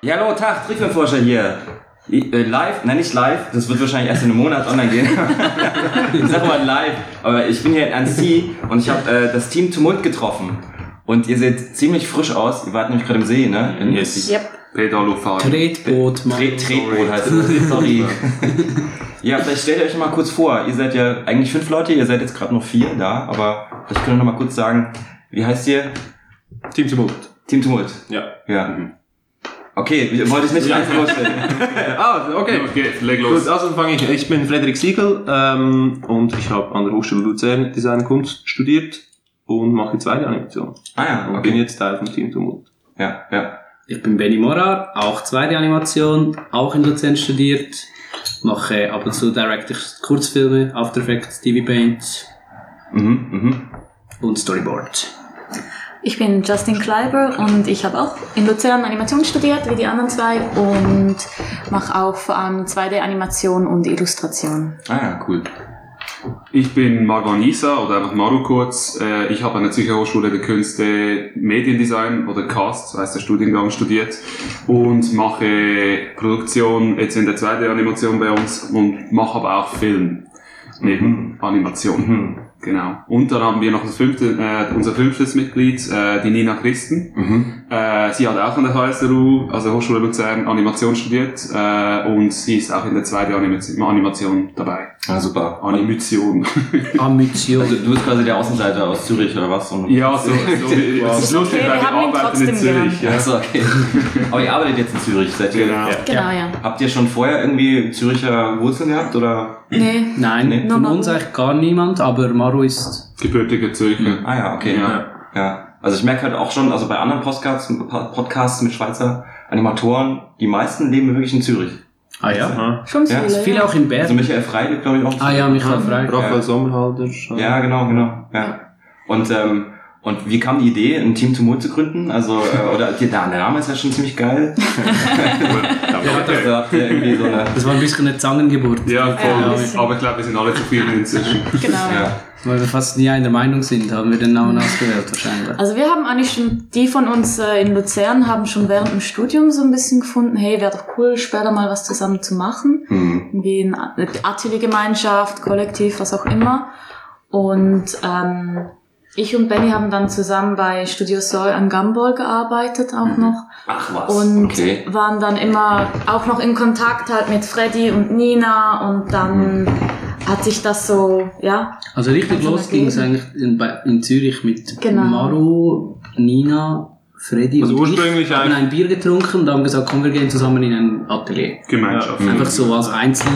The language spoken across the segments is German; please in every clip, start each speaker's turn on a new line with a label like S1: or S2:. S1: Ja, hallo, Tag, Trickfilmforscher hier. I- äh, Live, nein, nicht live, das wird wahrscheinlich erst in einem Monat online gehen. ich sag mal live, aber ich bin hier in Annecy und ich habe äh, das Team Tumult getroffen. Und ihr seht ziemlich frisch aus, ihr wart nämlich gerade im See, ne? In
S2: Yes.
S3: Yep.
S2: Pedalufahrt.
S4: Tretboot, Mann.
S1: Tre Tretboot heißt es. Sorry. ja, vielleicht stellt ihr euch mal kurz vor. Ihr seid ja eigentlich fünf Leute, ihr seid jetzt gerade noch vier da, aber vielleicht könnt ihr noch mal kurz sagen, wie heißt ihr?
S5: Team Tumult.
S1: Team Tumult.
S5: Ja.
S1: Ja. Okay, wir- wollte ich nicht ganz vorstellen.
S5: Ah, okay.
S2: Okay, leg los.
S5: Gut, also fange ich. Ich bin Frederik Siegel ähm, und ich habe an der Hochschule Luzern Design und Kunst studiert und mache jetzt Weideanimation.
S1: Ah ja,
S5: Und
S1: okay.
S5: bin jetzt Teil vom Team Tumult.
S1: Ja, ja.
S4: Ich bin Benny Morar, auch 2D-Animation, auch in Luzern studiert. Mache ab und zu Director Kurzfilme, After Effects, TV Paint
S1: Mhm, mhm.
S4: und Storyboard.
S3: Ich bin Justin Kleiber und ich habe auch in Luzern Animation studiert, wie die anderen zwei, und mache auch vor allem 2D-Animation und Illustration.
S1: Ah ja, cool.
S2: Ich bin Margot Nisa oder einfach Maru kurz. Äh, Ich habe an der Zürcher Hochschule der Künste Mediendesign oder CAST, heißt der Studiengang, studiert und mache Produktion jetzt in der 2D-Animation bei uns und mache aber auch Film neben Animation.
S1: Mhm.
S2: Genau. Und dann haben wir noch das fünfte, äh, unser fünftes Mitglied, äh, die Nina Christen.
S1: Mhm.
S2: Äh, sie hat auch an der HSLU, also Hochschule Luzern, Animation studiert äh, und sie ist auch in der 2D-Animation Animation dabei.
S1: Ah, super.
S2: Animation.
S1: Also,
S4: Ambition.
S1: du bist quasi der Außenseiter aus Zürich oder was? Und
S2: Ja, so, so es ist lustig,
S3: Okay,
S2: weil
S3: wir
S2: wir
S3: haben ihn
S2: arbeiten in
S3: trotzdem
S2: Zürich. Ja.
S1: Achso, okay. Aber ihr arbeitet jetzt in Zürich, seid ihr?
S2: Genau.
S3: Genau, ja.
S1: Habt ihr schon vorher irgendwie Züricher Wurzeln gehabt oder?
S3: Nee.
S4: Nein,
S1: Nee.
S4: von
S3: Nur
S4: uns
S3: Maru.
S4: eigentlich gar niemand, aber Maru ist.
S2: Gebürtige Zürcher.
S1: Ah ja, okay.
S2: Ja.
S1: Ja, also ich merke halt auch schon, also bei anderen Podcasts, Podcasts mit Schweizer Animatoren, die meisten leben wirklich in Zürich.
S4: Ah ja.
S3: Schon
S1: Ja,
S3: viele.
S4: Viele
S3: ja.
S4: auch in
S1: Also
S4: Bern.
S1: Michael Frey lebt, glaube ich, auch in
S4: Ah ja, Michael Frey.
S5: Raphael
S1: Ja.
S5: Sommerhalder. äh,
S1: Ja, genau, genau. Ja. Und, ähm, und wie kam die Idee, ein Team Tumult zu gründen? Also, äh, oder der, der Name ist ja schon ziemlich geil. Also habt ihr irgendwie so eine.
S4: Das war ein bisschen eine Zangengeburt.
S2: Ja,
S3: Ja, ein
S2: voll.
S3: bisschen.
S2: Aber ich glaube, wir sind alle zufrieden inzwischen.
S3: Genau.
S1: Ja.
S4: Weil wir fast nie einer Meinung sind, haben wir den Namen ausgewählt wahrscheinlich.
S3: Also wir haben eigentlich schon, die von uns äh, in Luzern haben schon während dem Studium so ein bisschen gefunden, hey, wäre doch cool, später mal was zusammen zu machen.
S1: Hm.
S3: irgendwie eine Atelier-Gemeinschaft, Kollektiv, was auch immer. Und ähm, ich und Benny haben dann zusammen bei Studio Soy an Gumball gearbeitet auch noch
S1: Mhm. Ach was.
S3: und
S1: okay.
S3: waren dann immer auch noch in Kontakt halt mit Freddy und Nina und dann
S1: Mhm.
S3: hat sich das so, ja,
S4: Also richtig
S3: Kannst du
S4: los
S3: das
S4: ging es
S3: geben?
S4: eigentlich in, bei- in Zürich mit
S3: Genau.
S4: Maru, Nina, Freddy
S5: Also
S4: und
S5: ursprünglich
S4: ich haben
S5: eigentlich-
S4: ein Bier getrunken und haben gesagt, komm, wir gehen zusammen in ein Atelier.
S2: Gemeinschaft.
S1: Mhm.
S4: Einfach so als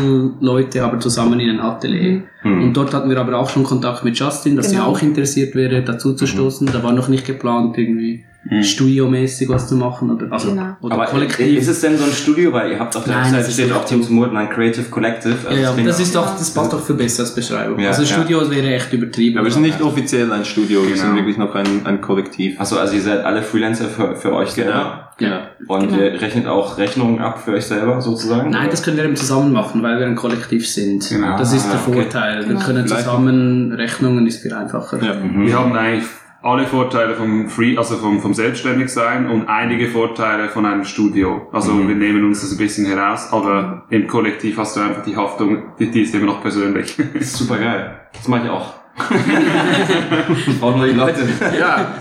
S4: Einzelleute, aber zusammen in ein Atelier.
S1: Mhm.
S4: Und dort hatten wir aber auch schon Kontakt mit Justin, dass er
S3: Genau.
S4: auch interessiert wäre, dazu
S1: Mhm.
S4: zu stoßen. Da war noch nicht geplant, irgendwie studiomäßig was zu machen oder, also,
S3: Genau.
S4: oder
S1: Aber
S4: kollektiv.
S1: ist es denn so ein Studio, weil ihr habt auf der
S4: Nein,
S1: Website
S4: das ist
S1: steht
S4: nicht.
S1: auch Team Tumult und ein Creative Collective. Also
S4: ja, ja,
S1: deswegen-
S4: das ist doch, das passt doch viel besser als Beschreibung.
S1: Ja,
S4: also
S1: ja.
S4: Studios wäre echt übertrieben.
S5: Aber wir sind nicht offiziell ein Studio, wir sind
S2: Genau.
S5: wirklich noch ein, ein Kollektiv.
S1: Achso, also ihr seid alle Freelancer für, für euch
S4: Genau.
S1: selber.
S4: Ja.
S1: Und
S3: Genau.
S1: ihr rechnet auch Rechnungen ab für euch selber sozusagen?
S4: Nein, das können wir eben zusammen machen, weil wir ein Kollektiv sind.
S2: Genau.
S4: Das ist der
S1: Ah, okay.
S4: Vorteil. Wir
S3: Genau.
S4: können
S5: Vielleicht-
S4: zusammen Rechnungen ist viel einfacher.
S5: Ja.
S2: Wir haben eigentlich alle Vorteile vom Free, also vom, vom Selbstständigsein und einige Vorteile von einem Studio. Also wir nehmen uns das ein bisschen heraus, aber im Kollektiv hast du einfach die Haftung, die, die ist immer noch persönlich.
S1: Das ist super geil. Das mache ich auch. ich brauche nur die Leute.
S2: ja.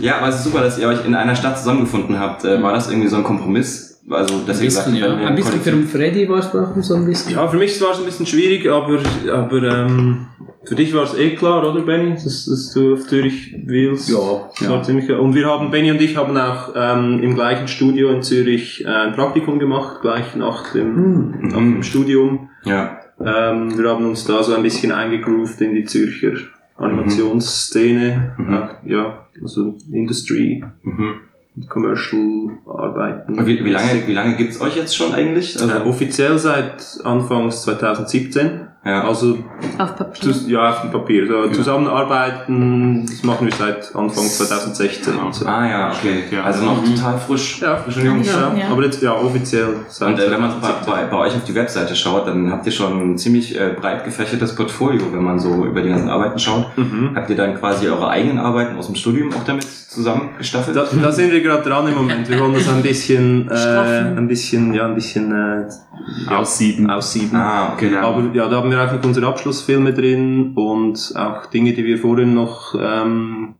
S1: Ja, aber es ist super, dass ihr euch in einer Stadt zusammengefunden habt. Äh, war das irgendwie so ein Kompromiss? Also, dass
S4: Ein
S1: ihr gesagt
S4: bisschen,
S1: habt,
S4: ja.
S1: wenn wir
S4: Ein bisschen für
S1: kollektiv-
S4: den Freddy war es doch so ein bisschen.
S5: Ja, für mich war es ein bisschen schwierig, aber, aber ähm, für dich war es eh klar, oder Benny, dass, dass du auf Zürich willst.
S4: Ja,
S5: Das
S4: Also, ja.
S5: War ziemlich klar. Und wir haben, Benny und ich haben auch ähm, im gleichen Studio in Zürich äh, ein Praktikum gemacht, gleich nach dem,
S4: Hm.
S5: nach dem Studium.
S1: Ja.
S5: Ähm, wir haben uns da so ein bisschen eingegroovt in die Zürcher Animationsszene. Auch, ja, also Industry,
S1: Mhm.
S5: Commercial Arbeiten.
S1: Und wie, wie lange, wie lange gibt's euch jetzt schon eigentlich? Also,
S5: Äh, offiziell seit Anfangs 2017.
S1: Ja.
S5: Also,
S3: Auf Papier.
S5: zus- ja, auf dem Papier. So, Zusammenarbeiten, das machen wir seit Anfang 2016. Also.
S1: Ah ja, okay.
S2: Ja.
S1: Also noch total frisch.
S5: Ja, schon jung. Ja. Aber jetzt, ja, offiziell seit
S1: Und äh, wenn man bei, bei, bei euch auf die Webseite schaut, dann habt ihr schon ein ziemlich äh, breit gefächertes Portfolio, wenn man so über die ganzen Arbeiten schaut.
S5: Mhm.
S1: Habt ihr dann quasi eure eigenen Arbeiten aus dem Studium auch damit zusammengestaffelt?
S5: Da, da sind wir gerade dran im Moment. Wir wollen das ein bisschen, äh,
S3: Straffen.
S5: ein bisschen, ja, ein bisschen äh,
S2: Aussieben.
S5: aussieben.
S1: ah, okay.
S2: Genau.
S5: Aber ja, da haben wir eigentlich unsere Abschlussfilme drin und auch Dinge, die wir vorhin noch ähm,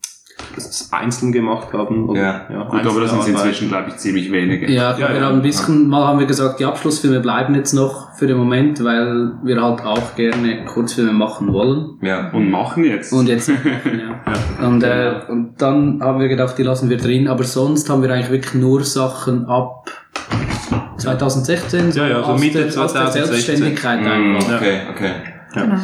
S5: einzeln gemacht haben.
S1: Ja.
S2: Gut, aber das sind
S5: Einzelarbeiten.
S2: inzwischen, glaube ich, ziemlich wenige.
S4: Ja,
S5: Ja,
S4: wir
S5: ja.
S4: haben ein bisschen, mal haben wir gesagt, die Abschlussfilme bleiben jetzt noch für den Moment, weil wir halt auch gerne Kurzfilme machen wollen.
S1: Ja.
S2: Und machen jetzt.
S4: Und jetzt. ja. und, äh, und dann haben wir gedacht, die lassen wir drin, aber sonst haben wir eigentlich wirklich nur Sachen ab 2016.
S5: Ja, ja, so
S4: aus
S5: Mitte
S4: der- aus der
S5: 2016.
S4: Selbstständigkeit
S1: Mm,
S4: einfach.
S1: okay, okay.
S3: Genau.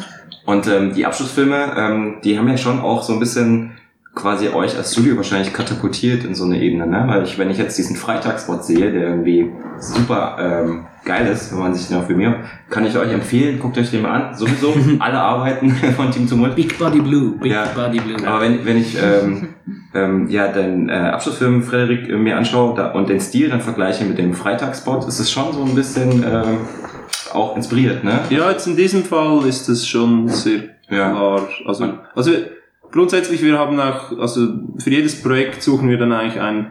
S1: Und ähm, die Abschlussfilme, ähm, die haben ja schon auch so ein bisschen quasi euch als Studio wahrscheinlich katapultiert in so eine Ebene, ne? Weil ich, wenn ich jetzt diesen Freitagsspot sehe, der irgendwie super ähm, geil ist, wenn man sich den auf Vimeo, kann ich euch empfehlen, guckt euch den mal an. Sowieso alle Arbeiten von Team Tumult.
S4: Big Body Blue, Big
S1: Ja.
S4: Body Blue.
S1: Aber wenn, wenn ich ähm, ähm, ja den äh, Abschlussfilm Frederik äh, mir anschaue da, und den Stil dann vergleiche mit dem Freitagsspot, ist es schon so ein bisschen ähm, auch inspiriert, ne?
S5: Ja, jetzt in diesem Fall ist das schon sehr
S1: Ja.
S5: klar. Also, also wir- grundsätzlich, wir haben auch, also für jedes Projekt suchen wir dann eigentlich einen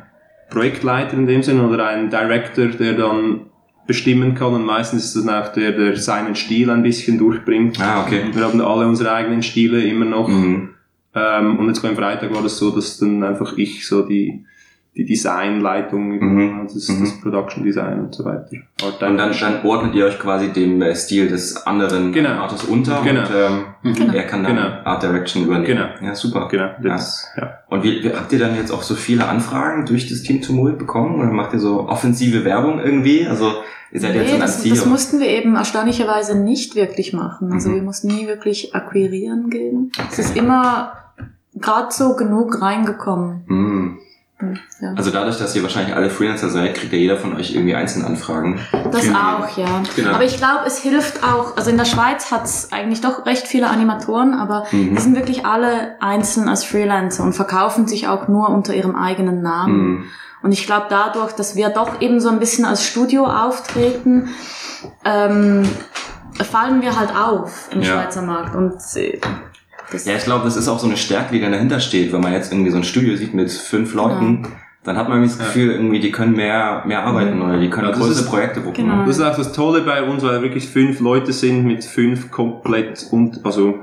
S5: Projektleiter in dem Sinne oder einen Director, der dann bestimmen kann und meistens ist das dann auch der, der seinen Stil ein bisschen durchbringt.
S1: Ah, okay.
S5: Wir haben alle unsere eigenen Stile immer noch.
S1: Mhm.
S5: Ähm, und jetzt beim Freitag war das so, dass dann einfach ich so die, die Designleitung übernommen habe, das,
S1: Mhm.
S5: das Production Design und so weiter. Art
S1: Und dann,
S5: Direction.
S1: dann ordnet ihr euch quasi dem äh, Stil des anderen
S5: Genau.
S1: Artes unter
S5: Genau.
S1: und ähm,
S4: Mhm.
S3: Genau.
S1: er kann dann
S5: Genau.
S1: Art Direction übernehmen. Ja, super.
S5: Genau,
S1: Ja.
S5: das, ja.
S1: Und wie, wie, habt ihr dann jetzt auch so viele Anfragen durch das Team Tumult bekommen oder macht ihr so offensive Werbung irgendwie? Also ihr seid jetzt
S3: Nee,
S1: in
S3: das,
S1: Anziehung.
S3: das mussten wir eben erstaunlicherweise nicht wirklich machen. Also
S1: Mhm.
S3: wir mussten nie wirklich akquirieren gehen. Es ist immer gerade so genug reingekommen.
S1: Hm.
S3: Hm, Ja.
S1: Also dadurch, dass ihr wahrscheinlich alle Freelancer seid, kriegt ja jeder von euch irgendwie einzelne Anfragen.
S3: Das
S1: Genau.
S3: auch, ja.
S1: Genau.
S3: Aber ich glaube, es hilft auch, also in der Schweiz hat's eigentlich doch recht viele Animatoren, aber die
S1: Mhm.
S3: sind wirklich alle einzeln als Freelancer und verkaufen sich auch nur unter ihrem eigenen Namen.
S1: Mhm.
S3: Und ich glaube dadurch, dass wir doch eben so ein bisschen als Studio auftreten, ähm, fallen wir halt auf im
S1: Ja.
S3: Schweizer Markt. Und äh, das,
S1: Ja, ich glaube, das ist auch so eine Stärke, die dann dahinter steht. Wenn man jetzt irgendwie so ein Studio sieht mit fünf Leuten, dann hat man irgendwie das Gefühl, irgendwie, die können mehr, mehr arbeiten oder die können
S5: Ja, das
S1: größere
S5: ist-
S1: Projekte buchen.
S3: Genau.
S5: Das ist auch das Tolle bei uns, weil wirklich fünf Leute sind mit fünf komplett und also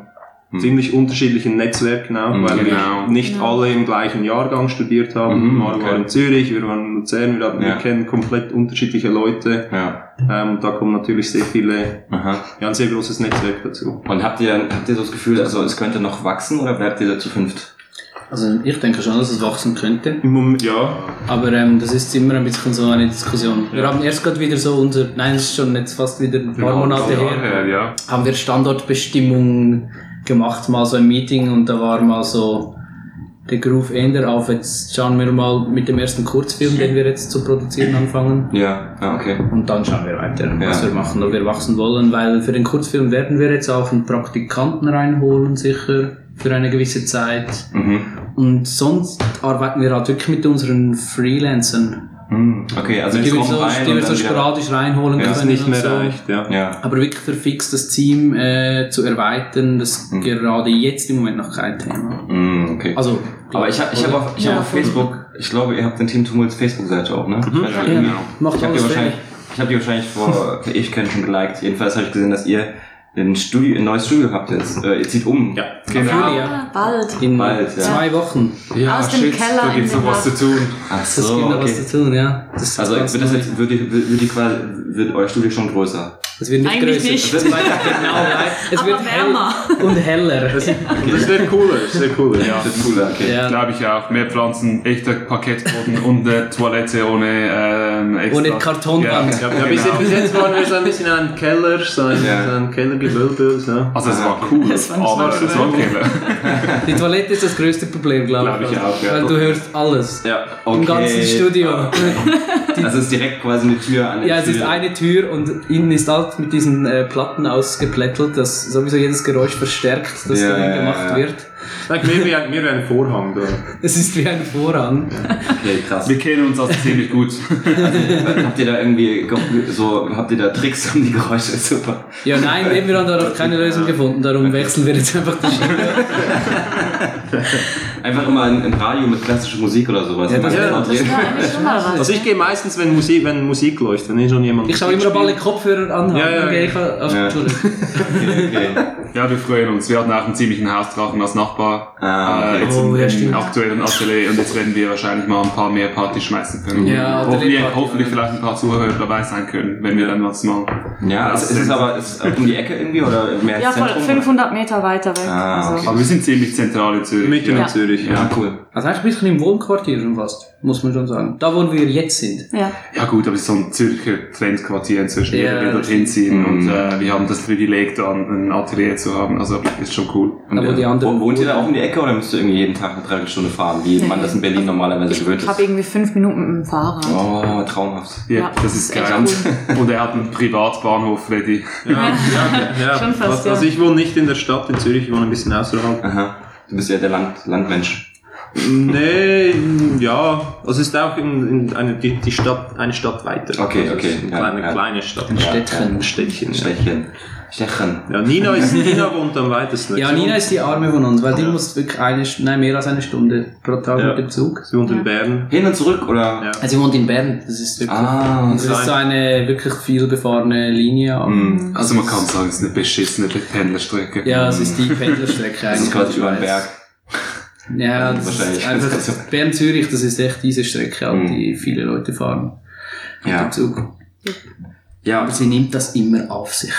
S1: Hm.
S5: ziemlich unterschiedlichen Netzwerken auch,
S1: Hm,
S5: weil
S2: genau.
S5: wir nicht
S3: Ja.
S5: alle im gleichen Jahrgang studiert haben.
S1: Mhm,
S5: Marco war
S1: okay.
S5: in Zürich, wir waren in Luzern, wir, haben,
S1: Ja.
S5: wir kennen komplett unterschiedliche Leute.
S1: Ja.
S5: Ähm, da kommen natürlich sehr viele,
S1: Aha.
S5: ja ein sehr großes Netzwerk dazu.
S1: Und habt ihr, habt ihr so das Gefühl, also es könnte noch wachsen oder bleibt ihr da zu fünft?
S4: Also ich denke schon, dass es wachsen könnte.
S5: Im Moment, ja,
S4: Aber ähm, das ist immer ein bisschen so eine Diskussion. Wir haben erst gerade wieder so unser, nein, es ist schon jetzt fast wieder ein paar Monate
S2: Jahr
S4: her,
S2: her, ja.
S4: haben wir Standortbestimmung gemacht, mal so ein Meeting und da war mal so der Groove Ender auf. Jetzt schauen wir mal mit dem ersten Kurzfilm, den wir jetzt zu produzieren anfangen.
S1: Ja. Ja, Ah, okay.
S4: Und dann schauen wir weiter, was
S1: Ja.
S4: wir machen, ob wir wachsen wollen, weil für den Kurzfilm werden wir jetzt auch einen Praktikanten reinholen, sicher, für eine gewisse Zeit.
S1: Mhm.
S4: Und sonst arbeiten wir halt wirklich mit unseren Freelancern.
S1: Mhm. Okay, also
S4: die
S1: die
S4: wir
S1: kommen
S4: so,
S1: rein
S4: die
S1: und
S4: wir so
S1: dann wieder,
S4: sporadisch reinholen
S1: Ja,
S5: das ist
S4: können.
S5: nicht
S4: und
S5: mehr
S4: so.
S5: reicht, ja.
S1: Ja.
S4: Aber wirklich verfix das Team äh, zu erweitern, das ist
S1: Mhm.
S4: gerade jetzt im Moment noch kein Thema.
S1: Mhm, okay.
S4: Also,
S1: aber ich habe ich hab auf, ich hab
S3: Ja.
S1: auf Facebook, ich glaube, ihr habt den Team Tumults Facebook-Seite auch, ne? Ich weiß
S2: Ja,
S1: nicht,
S4: ja,
S2: genau.
S4: macht
S1: Ich habe die
S4: alles
S1: wahrscheinlich, ich hab die wahrscheinlich vor Ewigkeiten schon geliked. Jedenfalls habe ich gesehen, dass ihr ein, Studio, ein neues Studio habt jetzt. Äh, ihr zieht um.
S5: Ja.
S4: Genau.
S3: ja, bald.
S4: In
S1: Bald, ja.
S4: zwei Wochen.
S2: Ja,
S3: Aus dem Keller
S2: da gibt's noch was zu tun.
S1: Ach
S4: Das gibt noch was zu tun, ja. Das ist
S1: Also
S4: ganz
S1: wird das
S4: neu.
S1: jetzt, wird, die, wird, wird, die quasi, wird euer Studio schon größer?
S4: Es wird nicht
S3: Eigentlich
S4: größer.
S3: nicht.
S4: Es wird weiter- genau, nein. Es
S3: Aber
S4: wird
S3: wärmer.
S4: hell und heller.
S5: Und das wäre cooler, das wäre cooler.
S2: Ja.
S1: Das ist cooler, okay.
S4: Ja.
S2: Glaube ich auch. Mehr Pflanzen, echter Parkettboden und eine Toilette ohne ähm, extra. genau.
S4: Ohne Kartonwand.
S5: Ja, bis, jetzt- bis jetzt waren wir so ein bisschen in einem Keller, so ein,
S1: Ja.
S5: so ein Kellergewölbe. So.
S2: Also es war cool,
S3: Es war
S2: aber
S3: nicht so
S2: es war ein
S5: cool.
S2: Keller.
S4: Die Toilette ist das größte Problem, glaube
S2: Glaube ich auch, ja.
S4: Weil du hörst alles.
S1: Ja, okay. Ah.
S4: Im ganzen Studio.
S1: Also es ist direkt quasi eine Tür an der
S4: Ja, es ist
S1: Tür.
S4: eine Tür und innen ist halt mit diesen äh, Platten ausgeplättelt, dass sowieso jedes Geräusch verstärkt, das
S1: Ja,
S4: darin
S1: ja,
S4: gemacht
S1: ja.
S4: wird.
S5: Sag mir, wie ein, mir wie ein Vorhang da.
S4: Es ist wie ein Vorhang.
S1: Okay, krass.
S2: Wir kennen uns also ziemlich gut.
S1: Habt ihr da irgendwie ge- so, habt ihr da Tricks, um die Geräusche zu ver-
S4: Ja, nein, eben, wir haben da noch keine Lösung gefunden, darum wechseln wir jetzt einfach die Schiene.
S1: Einfach immer ein, ein Radio mit klassischer Musik oder sowas.
S4: Ja,
S1: Mal
S4: das-
S5: ja,
S3: Das
S1: kontrollieren.
S3: war eigentlich schon mal was.
S5: Also ich gehe meistens, wenn Musik, wenn Musik läuft, wenn eh schon jemand
S4: Ich schaue immer, ob alle Kopfhörer anhaben.
S5: Ja, ja,
S4: dann
S5: ja.
S4: gehe ich auf,
S1: Ja.
S4: Entschuldigung.
S1: okay, okay.
S2: Ja, wir freuen uns. Wir hatten auch einen ziemlichen Hausdrachen als Nachbar.
S1: Ah,
S2: Äh,
S1: okay.
S2: jetzt
S4: Oh,
S2: im,
S4: ja,
S2: im
S4: stimmt.
S2: aktuellen Atelier und jetzt werden wir wahrscheinlich mal ein paar mehr Partys schmeißen können.
S4: Ja,
S2: hoffentlich,
S4: Atelier- Party,
S2: hoffentlich
S4: oder?
S2: vielleicht ein paar Zuhörer dabei sein können, wenn wir dann was mal.
S1: Ja, es ist es aber ist es um die Ecke irgendwie oder mehr
S3: ja,
S1: ins
S3: voll,
S1: Zentrum?
S3: 500 Meter weiter weg. Also,
S1: Ah, okay.
S2: Aber wir sind ziemlich zentral äh, in Zürich.
S5: Mitten
S2: ja.
S5: in Zürich.
S1: Ja, Ah, cool.
S4: Also eigentlich ein bisschen im Wohnquartier schon fast, muss man schon sagen. Da, wo wir jetzt sind.
S3: ja.
S2: ja gut, aber es ist so ein Zürcher Trendquartier inzwischen.
S4: Ja,
S2: Jeder will
S4: das
S2: dorthin ziehen
S1: Mhm.
S2: und äh, wir haben das Privileg, da ein ein Atelier zu haben. Also ist schon cool.
S4: Aber die anderen-
S1: Wo- Wohnt ihr da auch um die Ecke oder müsst ihr irgendwie jeden Tag eine Dreiviertelstunde fahren, wie
S3: Nee. Also
S1: man das in Berlin normalerweise gewöhnt
S3: Ich eh- habe
S1: ist?
S3: irgendwie fünf Minuten mit dem Fahrrad.
S1: Oh, traumhaft.
S2: Ja,
S3: Ja,
S2: das ist
S3: echt
S2: geil. Und er hat einen Privatbahnhof, Freddy.
S5: Ja, ja, ja.
S3: Schon fast,
S5: also,
S3: ja.
S5: also ich wohne nicht in der Stadt in Zürich, ich wohne ein bisschen außerhalb.
S1: Aha. Du bist ja der Land Landmensch.
S5: nee, ja, also es ist auch in, in eine, die, die Stadt, eine Stadt weiter.
S1: Okay,
S5: also es ist
S1: okay,
S5: Eine
S1: ja,
S5: kleine,
S1: ja.
S5: kleine Stadt.
S4: Ein Städtchen.
S5: Ein Städtchen. Ja.
S1: Stechen. Stechen.
S5: ja, Nina, ist, Nina wohnt am weitesten.
S4: Ja,
S5: Sie
S4: Nina
S5: wohnt-
S4: ist die Arme von uns, weil die
S5: Ja.
S4: muss wirklich eine, St- nein, mehr als eine Stunde pro Tag
S5: Ja.
S4: mit dem Zug.
S5: Sie wohnt
S3: Ja.
S5: in Bern.
S1: Hin und zurück oder?
S5: Ja.
S4: Also sie wohnt in Bern, das ist wirklich...
S1: Ah,
S4: Das ist so eine wirklich viel befahrene Linie.
S1: Mhm.
S2: Also man kann sagen, es ist eine beschissene Pendlerstrecke.
S4: Ja, es ist die Pendlerstrecke
S1: das
S4: eigentlich.
S1: ist quasi über den Berg.
S4: Ja, das
S1: Wahrscheinlich. Also-
S4: ist einfach Bern-Zürich, das ist echt diese Strecke, halt,
S1: Mhm.
S4: die viele Leute fahren.
S1: Ja.
S4: Im Zug.
S1: Ja,
S4: Aber sie nimmt das immer auf sich.